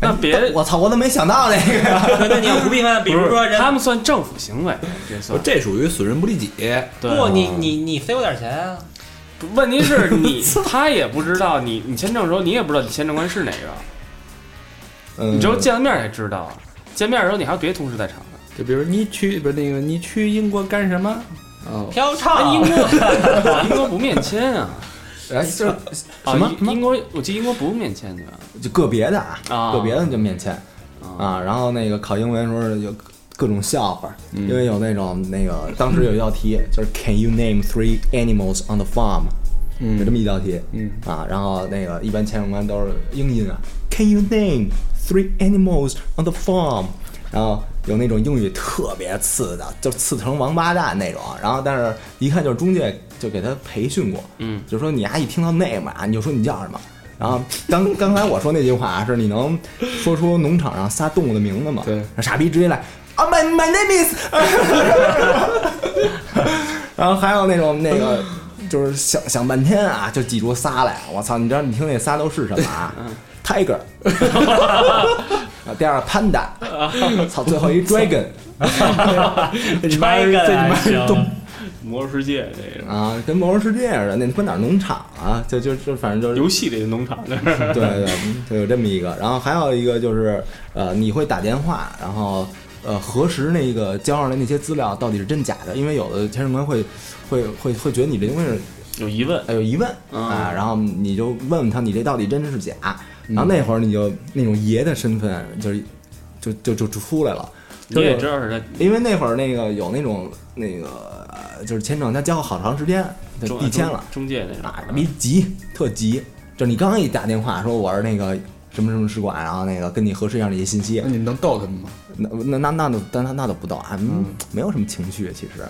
B: 那别
D: 我操，我怎么没想到这个呀？
E: 那你要胡逼翻，比如说人
B: 他们算政府行为，这
C: 不
B: 算
C: 是这属于损人不利己。
B: 对。
E: 不，你你你塞我点钱啊！
B: 问题是你他也不知道你你签证的时候你也不知道你签证官是哪个，
D: 嗯，
B: 你只有见了面才知道。见面的时候你还有别的同事在场呢。
C: 就比如你去不是那个你去英国干什么？哦，
E: 飘
B: 哎，
E: 唱
B: 英
D: [laughs]
B: 国英国不面签啊？
D: 哎，就是
B: 啊
D: 什么
B: 英英国我记得英国不面签对吧？
D: 就个别的啊，
B: 啊
D: 个别的就面签啊，然后那个考英文的时候有各种笑话，因为有那种那个当时有一道题就是 Can you name three animals on the farm？有这么一道题，
C: 嗯
D: 啊，然后那个一般签证官都是英音啊，Can you name three animals on the farm？然后有那种英语特别次的，就次成王八蛋那种，然后但是一看就是中介就给他培训过，
B: 嗯，
D: 就说你啊一听到 name 啊，你就说你叫什么。然后刚刚才我说那句话啊，是你能说出农场上仨动物的名字吗？
C: 对，
D: 傻逼直接来啊，my [laughs] my name is，然后还有那种那个就是想想半天啊，就记住仨来。我操，你知道你听那仨都是什么啊？Tiger，啊第二个 Panda，操，最后一 Dragon
C: [laughs] 你妈是这你妈是动
B: 魔兽世界这个
D: 啊，跟魔兽世界似的，那他妈哪儿农场啊？就就就反正就是
B: 游戏里的农场这是
D: 对对，嗯就有这么一个。然后还有一个就是，呃，你会打电话，然后呃核实那个交上来那些资料到底是真假的，因为有的签证官会会会会觉得你这东西
B: [laughs] 有疑问，
D: 哎有疑问
B: 嗯
D: 啊，然后你就问问他你这到底真是假。
B: 嗯
D: 然后那会儿你就那种爷的身份就是就就就出来了，
B: 你也知
D: 就是
B: 道是在
D: 因为那会儿那个有那种那个呃就是签证，他交好长时间就
B: 中
D: 递签了。
B: 中介那种
D: 啊，别急，特急，就是你刚一打电话说我是那个什么什么使馆，然后那个跟你核实一下那些信息
C: 那，你能逗他们吗？
D: 那那那那那那那都不到啊，嗯没有什么情绪其实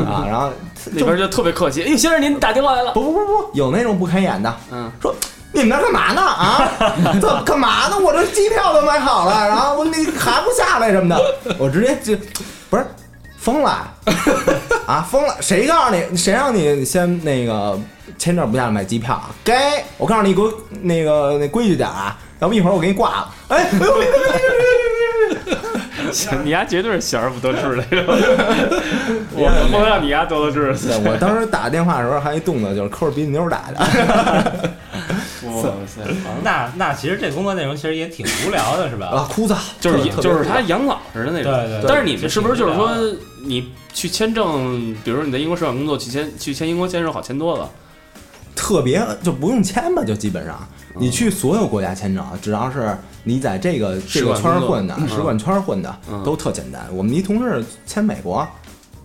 D: 啊，然后
B: 那边就特别客气，哎呦先生您打电话来了，
D: 不不不不，有那种不开眼的，
B: 嗯，
D: 说你们那儿干嘛
B: [laughs]
D: 呢啊？这干嘛呢？我这机票都买好了，然后我那还不下来什么的，我直接就不是疯
B: [laughs]
D: 了啊，疯了！谁告诉你？谁让你先那个签证不下来买机票？啊该我告诉你规那个那规矩点儿啊，要不一会儿我给你挂了。哎，哎呦别别别别别
B: [laughs] 你丫绝对是小儿不得志 [laughs] 那种，我不能让你丫得了志，
D: 对哎我当时打电话的时候还一动作，就是抠着鼻子妞
B: [laughs]
D: 儿打的。
B: 哇塞，
E: 那那其实这工作内容其实也挺无聊的，是吧？
D: 啊，哭子
B: 就是
D: 特别
B: 就是他养老似的那
E: 对
B: 种。
E: 对。对
B: 但是你们是不是就是
E: 挺无聊的
B: 说，你去签证，比如说你在英国使馆工作，去签去签英国签证好签多了，
D: 特别就不用签吧，就基本上
B: 嗯
D: 你去所有国家签证，啊只要是你在这个这
B: 使
D: 个
B: 馆
D: 圈儿混的
B: 工，作
D: 使馆圈儿混的
B: 嗯
D: 都特简单。我们一同事签美国。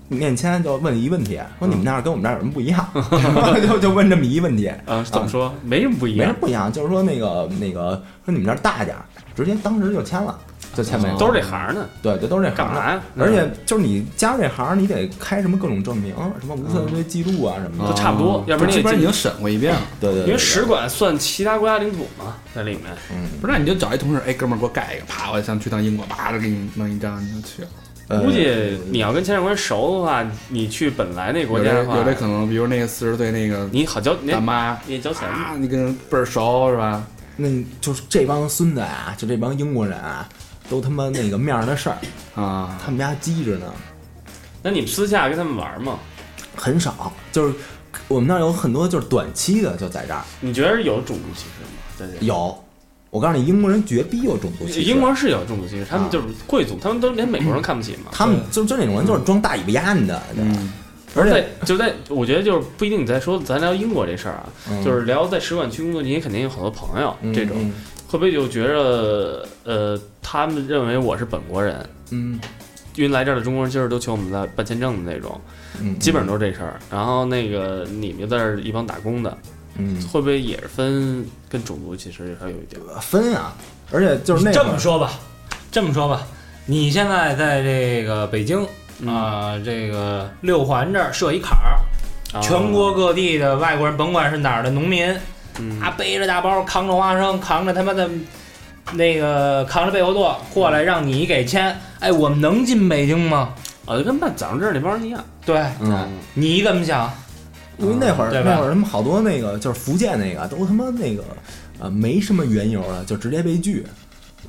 D: 面签就问一问题，说你们那儿跟我们这儿有什么不一
B: [laughs]
D: 样？ [laughs] 就就问这么一问题，
B: 啊，怎么说？没什么不一
D: 没什么
B: 样，
D: 不一样，就是说那个那个说你们这儿大点儿，直接当时就签了，就签美国。
B: 哦都是这行呢，
D: 对，对，都是这行
B: 干
D: 的
B: 嘛呀？嗯
D: 而且就是你加入这行，你得开什么各种证明，什么无色罪记录啊什么
B: 都
D: 的。
B: 差不多，要不然你
C: 基
B: 也
C: 本上已
B: 进
C: 经审过一
B: [laughs]
C: 遍了。
D: 对对
B: 嗯
D: 对，
B: 因为
D: 对
B: 使馆算其他国家领土嘛，在里面。
C: 不是，那你就找一同事，哎，哥们儿给我盖一个，啪，我想去趟英国，啪就给你弄一张，你就去了。
D: 呃
B: 估计你要跟签证官熟的话，你去本来那国
C: 有
B: 家
C: 这
B: 的话，
C: 有这可能，比如那个四十岁那个
B: 你好交，你
C: 大妈，
B: 你也交钱
C: 啊，你跟人倍儿熟是吧？
D: 那就是这帮孙子啊，就这帮英国人啊，都他妈那个面上的事儿，
C: 啊，
D: 他们家机着呢，
B: 那你们私下跟他们玩吗？
D: 很少。就是我们那儿有很多就是短期的，就在这儿
B: 你觉得有种族歧视吗？在这
D: 有。我告诉你，英国人绝逼有种族歧视。
B: 英国是有种族歧视，他们就是贵族，他们都连美国人看不起嘛。
D: 他们就就那种人就是装大尾巴丫你的，
C: 嗯，
D: 而且
B: 在就在，我觉得就是不一定。你在说咱聊英国这事儿啊，
D: 嗯
B: 就是聊在使馆区工作，你也肯定有很多朋友。
D: 嗯
B: 这种会不会就觉着呃，他们认为我是本国人？
D: 嗯
B: 因为来这儿的中国人今儿都求我们在办签证的那种，
D: 嗯，
B: 基本上都是这事儿。然后那个你们就在这儿一帮打工的，
D: 嗯
B: 会不会也是分跟种族其实还有一点？
D: 分啊，而且就是那
E: 这
D: 会
E: 么
D: 儿
E: 说吧，这么说吧，你现在在这个北京
B: 嗯
E: 啊、这个六环这儿设一坎儿，
B: 啊
E: 全国各地的外国人，甭管是哪儿的农民，
B: 嗯
E: 啊，背着大包，扛着花生，扛着他妈的。那个扛着背后垛过来让你给签，哎，我们能进北京吗？
B: 啊，就跟办咱们这儿那帮人一样。
E: 对
D: 嗯。
E: 你怎么想？
D: 因为那会儿、
E: 对吧
D: 那会儿他们好多那个就是福建那个都他妈那个呃没什么缘由了，就直接被拒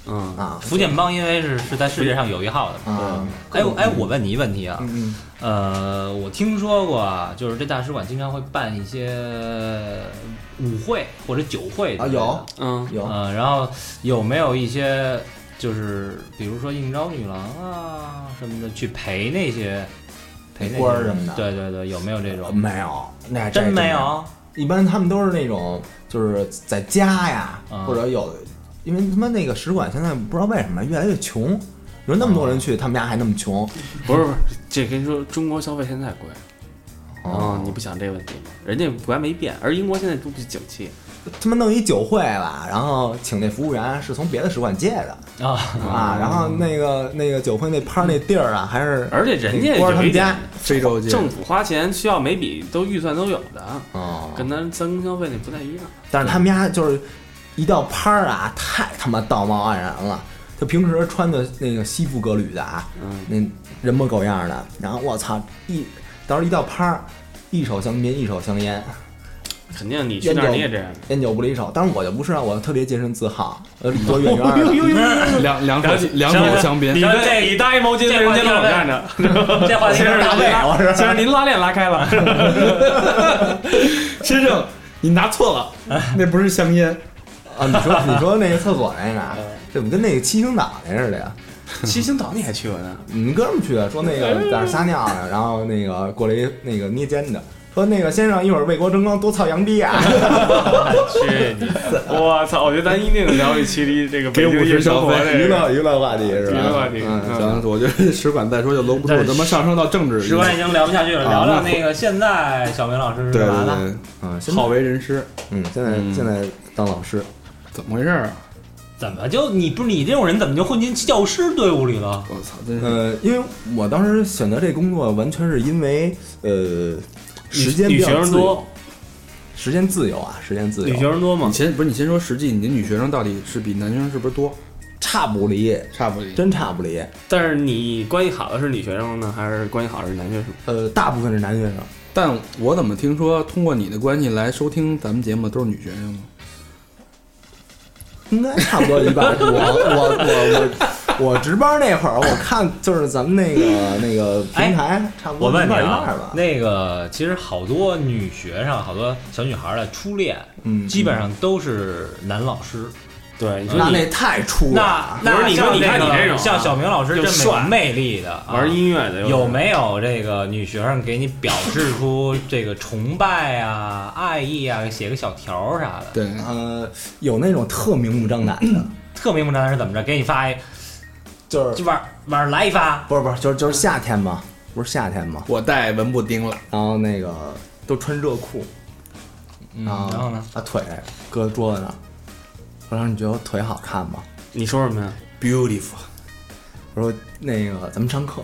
B: 嗯，
D: 啊
E: 福建帮因为是是在世界上有一号的嘛。
D: 啊
E: 哎我哎，我问你一问题啊，
D: 嗯
E: 呃，我听说过啊，就是这大使馆经常会办一些舞会或者酒会之类的
D: 啊
B: 嗯
D: 嗯，有
E: 呃，然后有没有一些就是比如说应招女郎啊什么的去陪那些陪那些
D: 官儿什么的嗯
E: 对对对，有没有这种？
D: 呃没有，那
E: 真没
D: 有。
E: 有，
D: 一般他们都是那种就是在家呀，
E: 啊
D: 或者有，因为他妈那个使馆现在不知道为什么越来越穷，有那么多人去，他们家还那么穷。
B: 不是不是，这跟你说，中国消费现在贵。
D: 哦
B: 啊，你不想这个问题吗？人家国家没变，而英国现在都不景气。
D: 他们弄一酒会吧，然后请那服务员是从别的使馆借的
E: 啊
D: 啊，然后那个那个酒会那拍那地儿啊，还是
B: 而且人家
D: 官儿他
B: 有一
D: 们家
B: 点，
C: 非洲界
B: 政府花钱需要每笔都预算都有的，
D: 哦，
B: 跟咱咱公消费那不太一样。
D: 但是他们家就是一到拍儿啊，太他妈道貌岸然了。就平时穿的那个西服革履的啊，
B: 嗯
D: 那人模狗样的，然后我操一，到时候一到拍儿，一一手香槟一手香烟，
B: 肯定你去那儿你也这样。
D: 烟酒不离手。但是我就不是啊，我特别洁身自好，呃，里多远远的。
C: 两两口两口香槟
B: 你，
E: 行
B: 这
E: 这
B: 你搭一毛巾，
E: 这
B: 人
E: 话
B: 家
E: 题
B: 老
E: 到这儿
B: 站着。
E: 这 [laughs] 话题
B: 先
E: 是
B: 生
E: 大
D: 大卫，我是
B: 先生，您拉链拉开了，
C: 先生，你拿错了， [laughs] 那不是香烟，
D: 啊，你说你说那个厕所那个，怎么跟那个七星岛那似的呀？
B: 七星岛你还去过呢？
D: 我们哥们去的，说那个在那儿撒尿呢，然后那个过来一那个捏肩的，说那个先生一会儿为国争光多操洋逼啊！
B: 去你！我操！我觉得咱一定聊一期这个
C: 给
B: 北京
C: 50
B: 夜生
C: 消
B: 活
C: 费
B: 这
D: 娱
B: 个。
D: 乐娱乐话题是吧？
B: 娱乐话题
D: 嗯
B: 嗯
C: 行了，我觉得使馆再说就搂不住，他妈上升到政治，
E: 十万已经聊不下去了，
C: 啊
E: 聊聊
C: 那
E: 那个现在小明老师是
C: 对
E: 干嘛呢？
C: 对
D: 嗯，
C: 对，
D: 现在
C: 好为人师，
D: 嗯，现在
C: 嗯
D: 现在当老师，
C: 怎么回事啊？
E: 怎么就你不是你这种人怎么就混进教师队伍里了？
C: 我操，真是
D: 呃，因为我当时选择这工作完全是因为呃时间比
B: 女学
D: 较
B: 生
D: 自由，
B: 多，
D: 时间自由啊，时间自
B: 女学
D: 由，
B: 生多
C: 你
B: 吗？
C: 先不是你先说实际，你的女学生到底是比男学生是不是多？
D: 差不离，
C: 差不离
D: 真差不离。
B: 但是你关系好的是女学生呢，还是关系好的是男学生？
D: 呃，大部分是男学生，
C: 但我怎么听说通过你的关系来收听咱们节目都是女学生呢？
D: 应该差不多一
E: [laughs]
D: 半。我我我我我值班那会儿，我看就是咱们那个那个平台，差不多
E: 哎我
D: 一半
E: 问
D: 一
E: 你
D: 半
E: 啊
D: 吧，。
E: 那个其实好多女学生，好多小女孩儿的初恋，
D: 嗯
E: 基本上都是男老师。
B: 对，你
D: 那
B: 说你
D: 那太粗
E: 那
D: 了。
B: 不
E: 那
B: 是你
E: 像
B: 说你看
E: 个
B: 你这种啊
E: 像小明老师
B: 就
E: 这么
B: 帅
E: 有魅力的啊，
B: 玩音乐的又是
E: 有？没有这个女学生给你表示出这个崇拜啊、爱意啊，写个小条儿啥的？
C: 对，
D: 呃，有那种特明目张胆的，
E: 特明目张胆是怎么着？给你发一，
D: 就是
E: 就晚晚上来一发，
D: 不是不是，就是就是夏天嘛，不是夏天嘛，
C: 我带文布丁了，
D: 然后那个都穿热裤，然后
E: 然后呢
D: 把腿搁桌子上，我说你觉得我腿好看吗？
B: 你说什么呀？
C: beautiful，
D: 我说那个咱们上课，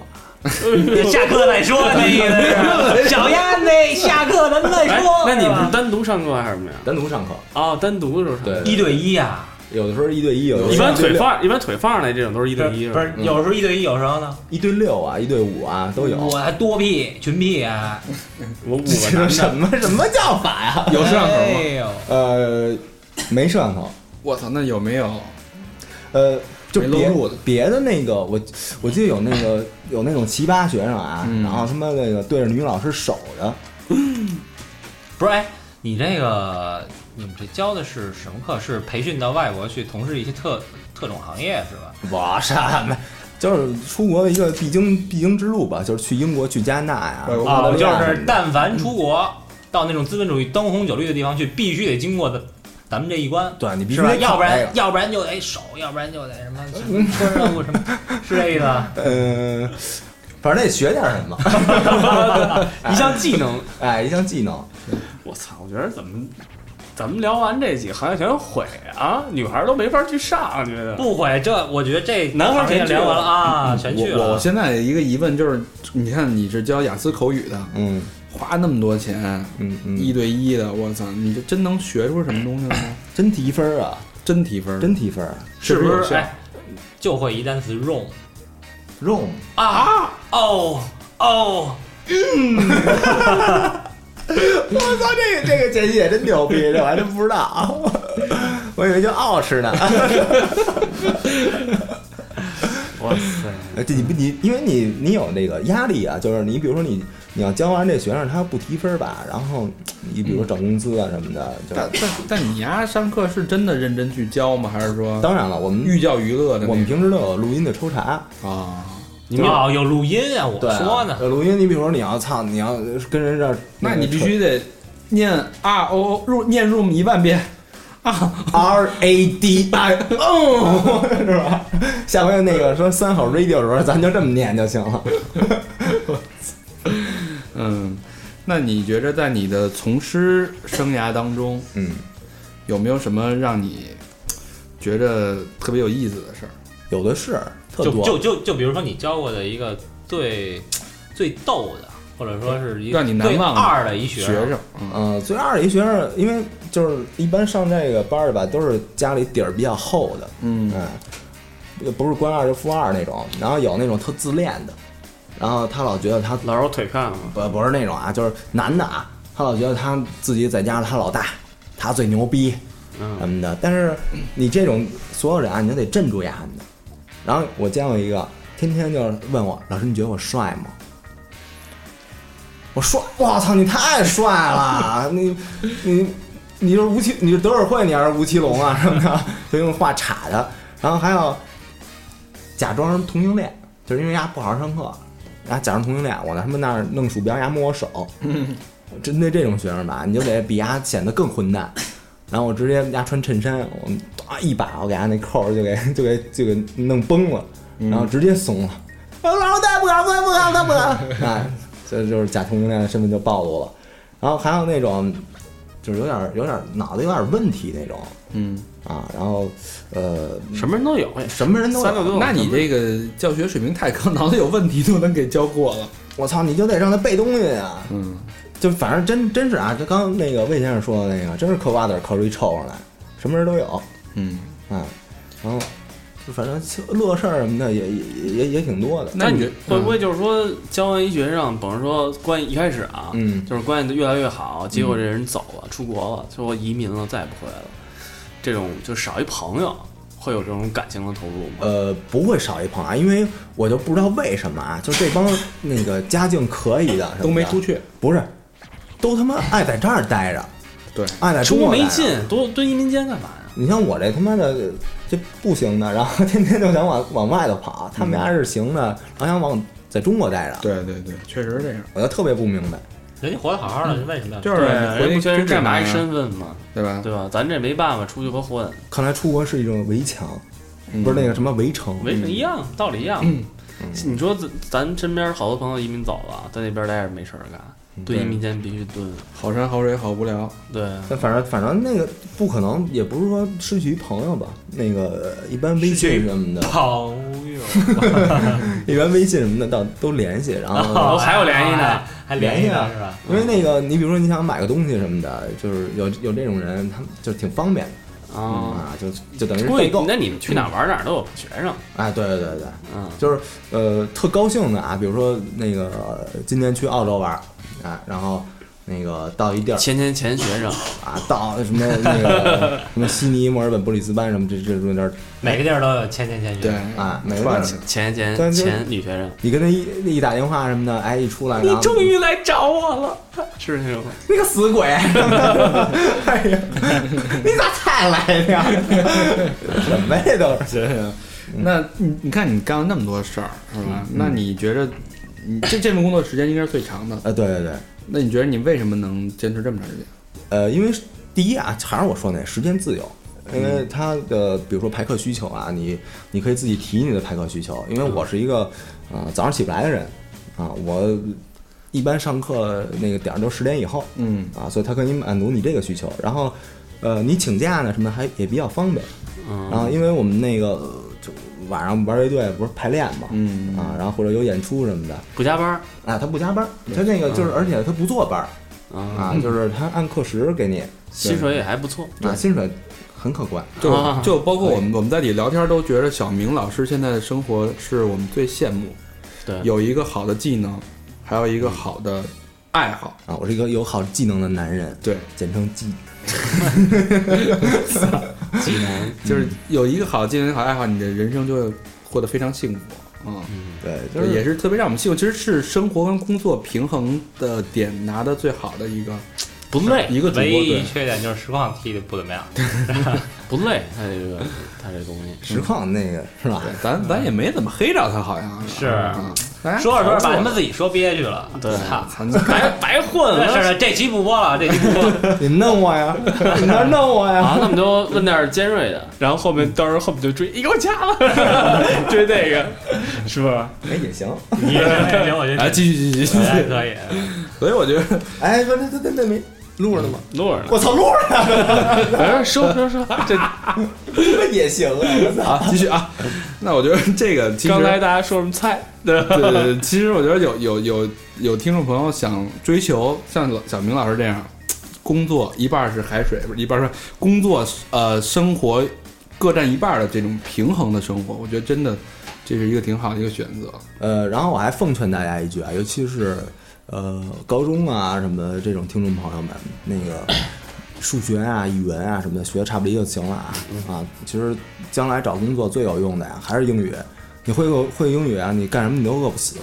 E: 下课再说那意
B: [laughs]
E: 思是。小丫那下课咱们再
B: 哎
E: 说。，
B: 那你们
E: 是
B: 是
E: 吧
B: 单独上课还是什么呀？
D: 单独上课，
B: 哦，单独的时候上。
D: 对，
E: 一对一啊？
D: 有的时候一对一，有的时
B: 一
D: 候
B: 般
D: 对
B: 腿
D: 六
B: 放，一般腿放上来这种都是一
E: 不是
B: 对一，
E: 不
B: 吧？
E: 是，有时候一对一，有时候呢
D: 一对六啊，一对五啊都有。
E: 我还多屁群屁啊，
D: [laughs]
B: [laughs] 我五个
D: 这
B: 男
D: 是
B: 的
D: [laughs] 什么什么叫法呀？
C: 有摄像头
E: 哎
C: 吗？
E: 呦，
D: [laughs] 呃，没摄像头，
C: 我操，那有没有？
D: 呃，就
C: 没露
D: 别
C: 入的
D: 别的那个，我我记得有那个有那种奇葩学生啊，
C: 嗯
D: 然后他妈那个对着女老师守着，
E: 不是哎，你这个你们这教的是什么课？是培训到外国去从事一些特特种行业是吧？
D: 我什么？就是出国的一个必经必经之路吧，就是去英国、去加拿大呀
C: 对，
B: 啊
D: 澳大
E: 我
D: 利
E: 就
D: 亚
E: 是但凡出国到那种资本主义灯红酒绿的地方去，必须得经过的咱们这一关。
D: 对你必须
E: 是吧？
D: 得
E: 要不
D: 考这
E: 然
D: 个，
E: 要不然就得守，要不然就得
D: [laughs]
E: 什么村儿任务什么，是这意思吧？
D: 嗯、反正得学点 [laughs] 什么，
B: 一项技能。 [laughs]
D: 哎，一项技能。
B: 我操！我觉得怎么，咱们聊完这几个行业全毁啊，女孩都没法去上，觉得
E: 不毁这，我觉得这
B: 男孩儿
E: 行业
B: 全去
E: 聊完了
B: 了
D: 嗯
E: 啊，全去
C: 我我
E: 了。
C: 现在一个疑问就是，你看你是教雅思口语的，
D: 嗯
C: 花那么多钱，
D: 嗯
C: 一
D: 嗯，
C: 对一的，我操，你这真能学出什么东西来吗？
D: 真提分啊，
C: 真提分儿，
D: 真提分
E: 是
C: 不
E: 不
C: 有
E: 是？
C: 效？
E: 哎，就会一单词 wrong
D: ，room
E: 啊哦
D: 我
E: 哦，
D: 操，这个这个建议也真牛逼，这我还真不知道， [laughs] 我以为就傲吃呢。
B: 哇塞！
D: 呃，这你不你，因为你你有那个压力啊，就是你比如说你你要教完这学生他不提分吧，然后你比
E: 嗯
D: 如说涨工资啊什么的，就
C: 但但但你丫上课是真的认真去教吗？还是说
D: 当然了，我们
C: 寓教于乐的那
D: 我们
C: 种？
D: 平时都有录音的抽查，
C: 啊，
E: 你们哦有录音啊，我
D: 对啊，
E: 说呢，
D: 有录音，你比如说你要操，你要跟人这儿，
C: [laughs] 那
D: 个
C: 你必须得念 R O 入念 room 一万遍啊，
D: R A D I，哦， [laughs] 是吧？下回那个说三好 radio 的时候，咱就这么念就行了。
C: 嗯， [laughs] 那你觉着在你的从师生涯当中，
D: 嗯，
C: 有没有什么让你觉着特别有意思的事儿？
D: 有的是，特
E: 就
D: 多。
E: 就就就比如说你教过的一个最最逗的，或者说是一个
C: 让你难忘的
E: 最二的一学啊
C: 学
E: 生，
C: 生，嗯，
D: 嗯，最二一学生，因为就是一般上这个班儿的吧，都是家里底儿比较厚的，
C: 嗯
D: 嗯，不是官二就富二那种，然后有那种特自恋的，然后他老觉得他
B: 老有腿看嘛，
D: 不不是那种啊，就是男的啊，他老觉得他自己在家是他老大，他最牛逼什么的。但是你这种所有人啊，你就得镇住呀你的。然后我见过一个，天天就是问我老师，你觉得我帅吗？我帅，我操，你太帅了，你你你就是吴奇，你是德尔惠，你还是吴奇隆啊什么的，就用话插他。然后还有假装同性恋，就是因为丫不好好上课，然啊后假装同性恋，我在他们那儿弄鼠标，丫摸我手。
B: 嗯
D: 针对这种学生吧，你就得比丫显得更混蛋。然后我直接丫穿衬衫，我啊一把我给丫那扣儿就给就给就给弄崩了，
B: 嗯
D: 然后直接怂了。啊，老师再不敢，不敢，不敢，再不
B: [laughs]
D: 敢！哎，这就是假同性恋的身份就暴露了。然后还有那种，就是有点儿有点儿脑子有点儿问题那种
C: 嗯，
D: 啊，然后呃，
B: 什么人都有，
D: 什么人都
B: 三六
D: 有。
B: 都有。
C: 那你这个教学水平太高，脑子有问题都能给教过了。
D: 我操，你就得让他背东西啊！
C: 嗯，
D: 就反正真真是啊，就刚那个魏先生说的那个，真是嗑瓜子儿嗑出一臭味来，什么人都有。
C: 嗯，
D: 嗯，然后就反正乐事儿什么的也也也也挺多的。
C: 那
B: 你
C: 你
B: 会不会就是说教完一学生，甭说关系一开始啊，
D: 嗯，
B: 就是关系越来越好，结果这人走了，出国了，说移民了，再也不回来了，这种就少一朋友，会有这种感情的投入吗？
D: 呃，不会少一捧啊，因为我就不知道为什么啊，就这帮那个家境可以的什么的
C: 都没出，去，
D: 不是，都他妈爱在这儿待着，
C: 对，
D: 爱在
B: 出
D: 呃中
B: 国
D: 国待
B: 没
D: 着
B: 劲，多蹲移民监干嘛呀？
D: 你像我这他妈的这不行的，然后 [laughs] 天天就想往往外头跑，他们家
B: 嗯
D: 是行的，老想往在中国待着，
C: 对对对，确实是这样，
D: 我就特别不明白。
E: 人家活得好好的，
C: 嗯
E: 为什么要？
C: 就是
B: 人家
C: 回
B: 不缺
C: 去
B: 人干嘛一
C: 身，
B: 身份嘛，
C: 对吧？
B: 对吧？咱这没办法，出去和混，
D: 看来出国是一种围墙，
C: 嗯
D: 不是那个什么围城，
B: 没一样，道理一样。嗯你说咱咱身边好多朋友移民走了，在那边待着没事儿
D: 嗯
B: 干，蹲移民监必须蹲，
C: 好山好水好无聊，
B: 对，
D: 但反正反正那个不可能，也不是说失去一朋友吧。那个一般微信什么的，
E: 朋 [laughs] 友，
D: 一般微信什么的倒都联系，然后
B: [laughs] 哦还有联系呢，
E: 还联
D: 联
E: 系
D: 系
E: 呢
D: 呢
E: 是吧？
D: 因为那个你比如说你想买个东西什么的，就是有有这种人，他们就挺方便的
B: 啊。
D: 啊，就就等于是
B: 估计
D: 代购。
B: 那你们去哪儿玩哪儿都有学生，
D: 哎，对对对对，
B: 嗯，
D: 就是呃特高兴的啊，比如说那个呃今天去澳洲玩儿啊，然后那个到一地儿
B: 前前前学生，
D: 啊，到什么那 [laughs] 个什么悉尼、墨尔本、布里斯班什么这这种地儿
E: 每个地儿都有千千千
C: 对
E: 学，，
D: 啊，每个地儿
B: 前前
D: 但
B: 前
D: 是
B: 前女学生，
D: 你跟他一一打电话什么的，哎，一出来，你终于
B: 来找我了，是那种吗？
D: 那个死鬼， [laughs] 哎呀，你咋才来 [laughs] 呀？什么呀都是，
C: 哎那你你看你干了那么多事儿，是吧？那你觉着你这这份工作时间应该是最长的，
D: 呃，对对对，
C: 那你觉得你为什么能坚持这么长时间？
D: 呃，因为第一啊，还是我说那时间自由。
C: 嗯
D: 因为他的，比如说排课需求啊，你你可以自己提你的排课需求。因为我是一个，呃，早上起不来的人，啊，我一般上课那个点儿都十点以后，
C: 嗯
D: 啊，所以他可以满足你这个需求。然后，呃，你请假呢什么的还也比较方便。
C: 嗯
D: 然后，因为我们那个呃就晚上玩乐队不是排练嘛，
C: 嗯
D: 啊，然后或者有演出什么的，
B: 不加班儿
D: 啊，他不加班儿，他那个就是，而且他不坐班儿
B: 嗯啊，
D: 啊，就是他按课时给你，
B: 薪水也还不错，
D: 啊，薪水很可观。
C: 就
B: 啊
C: 就包括我们我们在里聊天都觉得小明老师现在的生活是我们最羡慕，
B: 对，
C: 有一个好的技能，还有一个好的爱好，
D: 啊，我是一个有好技能的男人，
C: 对，
D: 简称技。
B: 技能，
C: 就是有一个好的技能、好爱好，你的人生就会过得非常幸福。嗯，
D: 对，就
C: 就是也
D: 是
C: 是特别让我们幸福，其实是生活跟工作平衡的点拿的最好的一个
B: 不累
C: 一个主播
E: 唯一
C: 对。
E: 缺点就是实况踢的不怎么样。
B: 不累，他这个他这东西，
D: 实况那个是吧？
C: 哎咱咱也没怎么黑着他，好像
E: 是
C: 啊哎
E: 说着说着把他们自己说憋屈了，
B: 对
E: 操
C: 咱咱
E: 白白混了。没事了，这期不播了，这期不播。
D: 你弄
B: [laughs]
D: 我呀，你那儿弄我呀！
B: 啊，那么就问点儿尖锐的，然后后面到时候后面就追，你给我加了，追那个，是吧？
D: 哎，也行。
E: 你这行，我觉
C: 哎，
E: 得
C: 继续继续 [laughs] 继续。
E: 还可以。
C: 所以我觉得
D: 哎，不，那那那那没录着呢吗？
B: 录着呢，
D: 我操，录着
B: [laughs]
D: 呢，
B: 哎收收收，
D: [laughs]
B: 这
D: 也行啊！我
B: [laughs]
D: 操。
C: 啊，继续啊。那我觉得这个其实
B: 刚才大家说什么菜？对吧，
C: [laughs] 对对对，其实我觉得有有有有听众朋友想追求像老小明老师这样，工作一半是海水，不是一半是工作呃生活各占一半的这种平衡的生活，我觉得真的这是一个挺好的一个选择。
D: 呃，然后我还奉劝大家一句啊，尤其是呃高中啊什么的这种听众朋友们，那个数学啊、语文啊什么的学的差不离就行了啊
C: 嗯
D: 啊！其实将来找工作最有用的呀还是英语，你会个会英语啊，你干什么你都饿不死。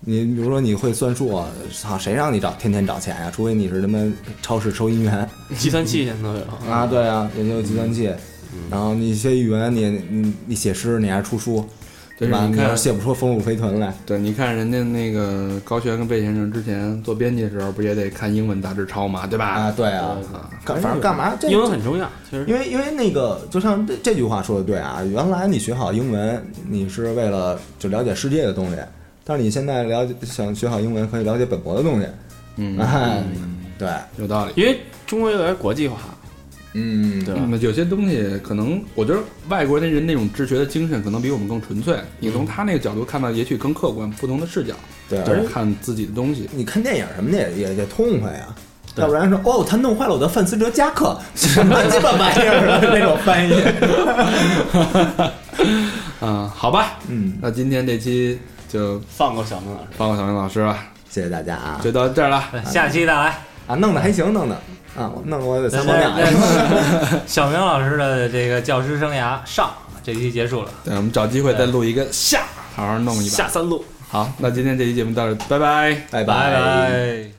D: 你比如说你会算数啊，操，谁让你找天天找钱呀、除非你是他妈超市收银员
B: 计算器现在都有，
C: 嗯
D: 啊，对啊，研究计算器。然后你学语文，你你你写诗，你还出书，
C: 但
D: 对
C: 是
D: 吧？
C: 你
D: 你要
C: 看
D: 是，写不出丰乳肥臀来，
C: 对，你看人家那个高璇跟贝先生之前做编辑的时候，不也得看英文杂志抄嘛，对吧？
D: 啊，对啊，
C: 呃
D: 干反正干嘛这
B: 英文很重要，其实
D: 因为因为那个，就像这这句话说的对啊，原来你学好英文，你是为了就了解世界的东西，但是你现在了解想学好英文，可以了解本国的东西。
C: 嗯
D: 哎， [laughs] 对，
C: 有道理。
B: 因为中国越来越国际化，
D: 嗯，
B: 对吧？
C: 嗯，有些东西可能，我觉得外国人那种治学的精神可能比我们更纯粹。你从他那个角度看到，也许更客观，不同的视角
D: 对，啊
C: 来看自己的东西。
D: 你看电影什么的也也得痛快呀、要不然说哦，他弄坏了我的范思哲夹克，什么鸡巴玩意儿啊那种翻译。
C: 嗯，好吧，
D: 嗯，
C: 那今天这期就
B: 放过小明老师，
C: 放过小明老师吧，
D: 谢谢大家啊
C: 就到这儿了。
E: 哎下期
C: [laughs]
E: 再来。
D: 啊，弄得还行，弄的啊，我弄得我得三毛两。啊
E: [laughs] 小明老师的这个教师生涯上这期结束了，
C: 对，我们找机会再录一个下，好好弄一把。
B: 下三路。
C: 好，那今天这期节目到这儿，拜拜。
D: 拜
E: 拜拜。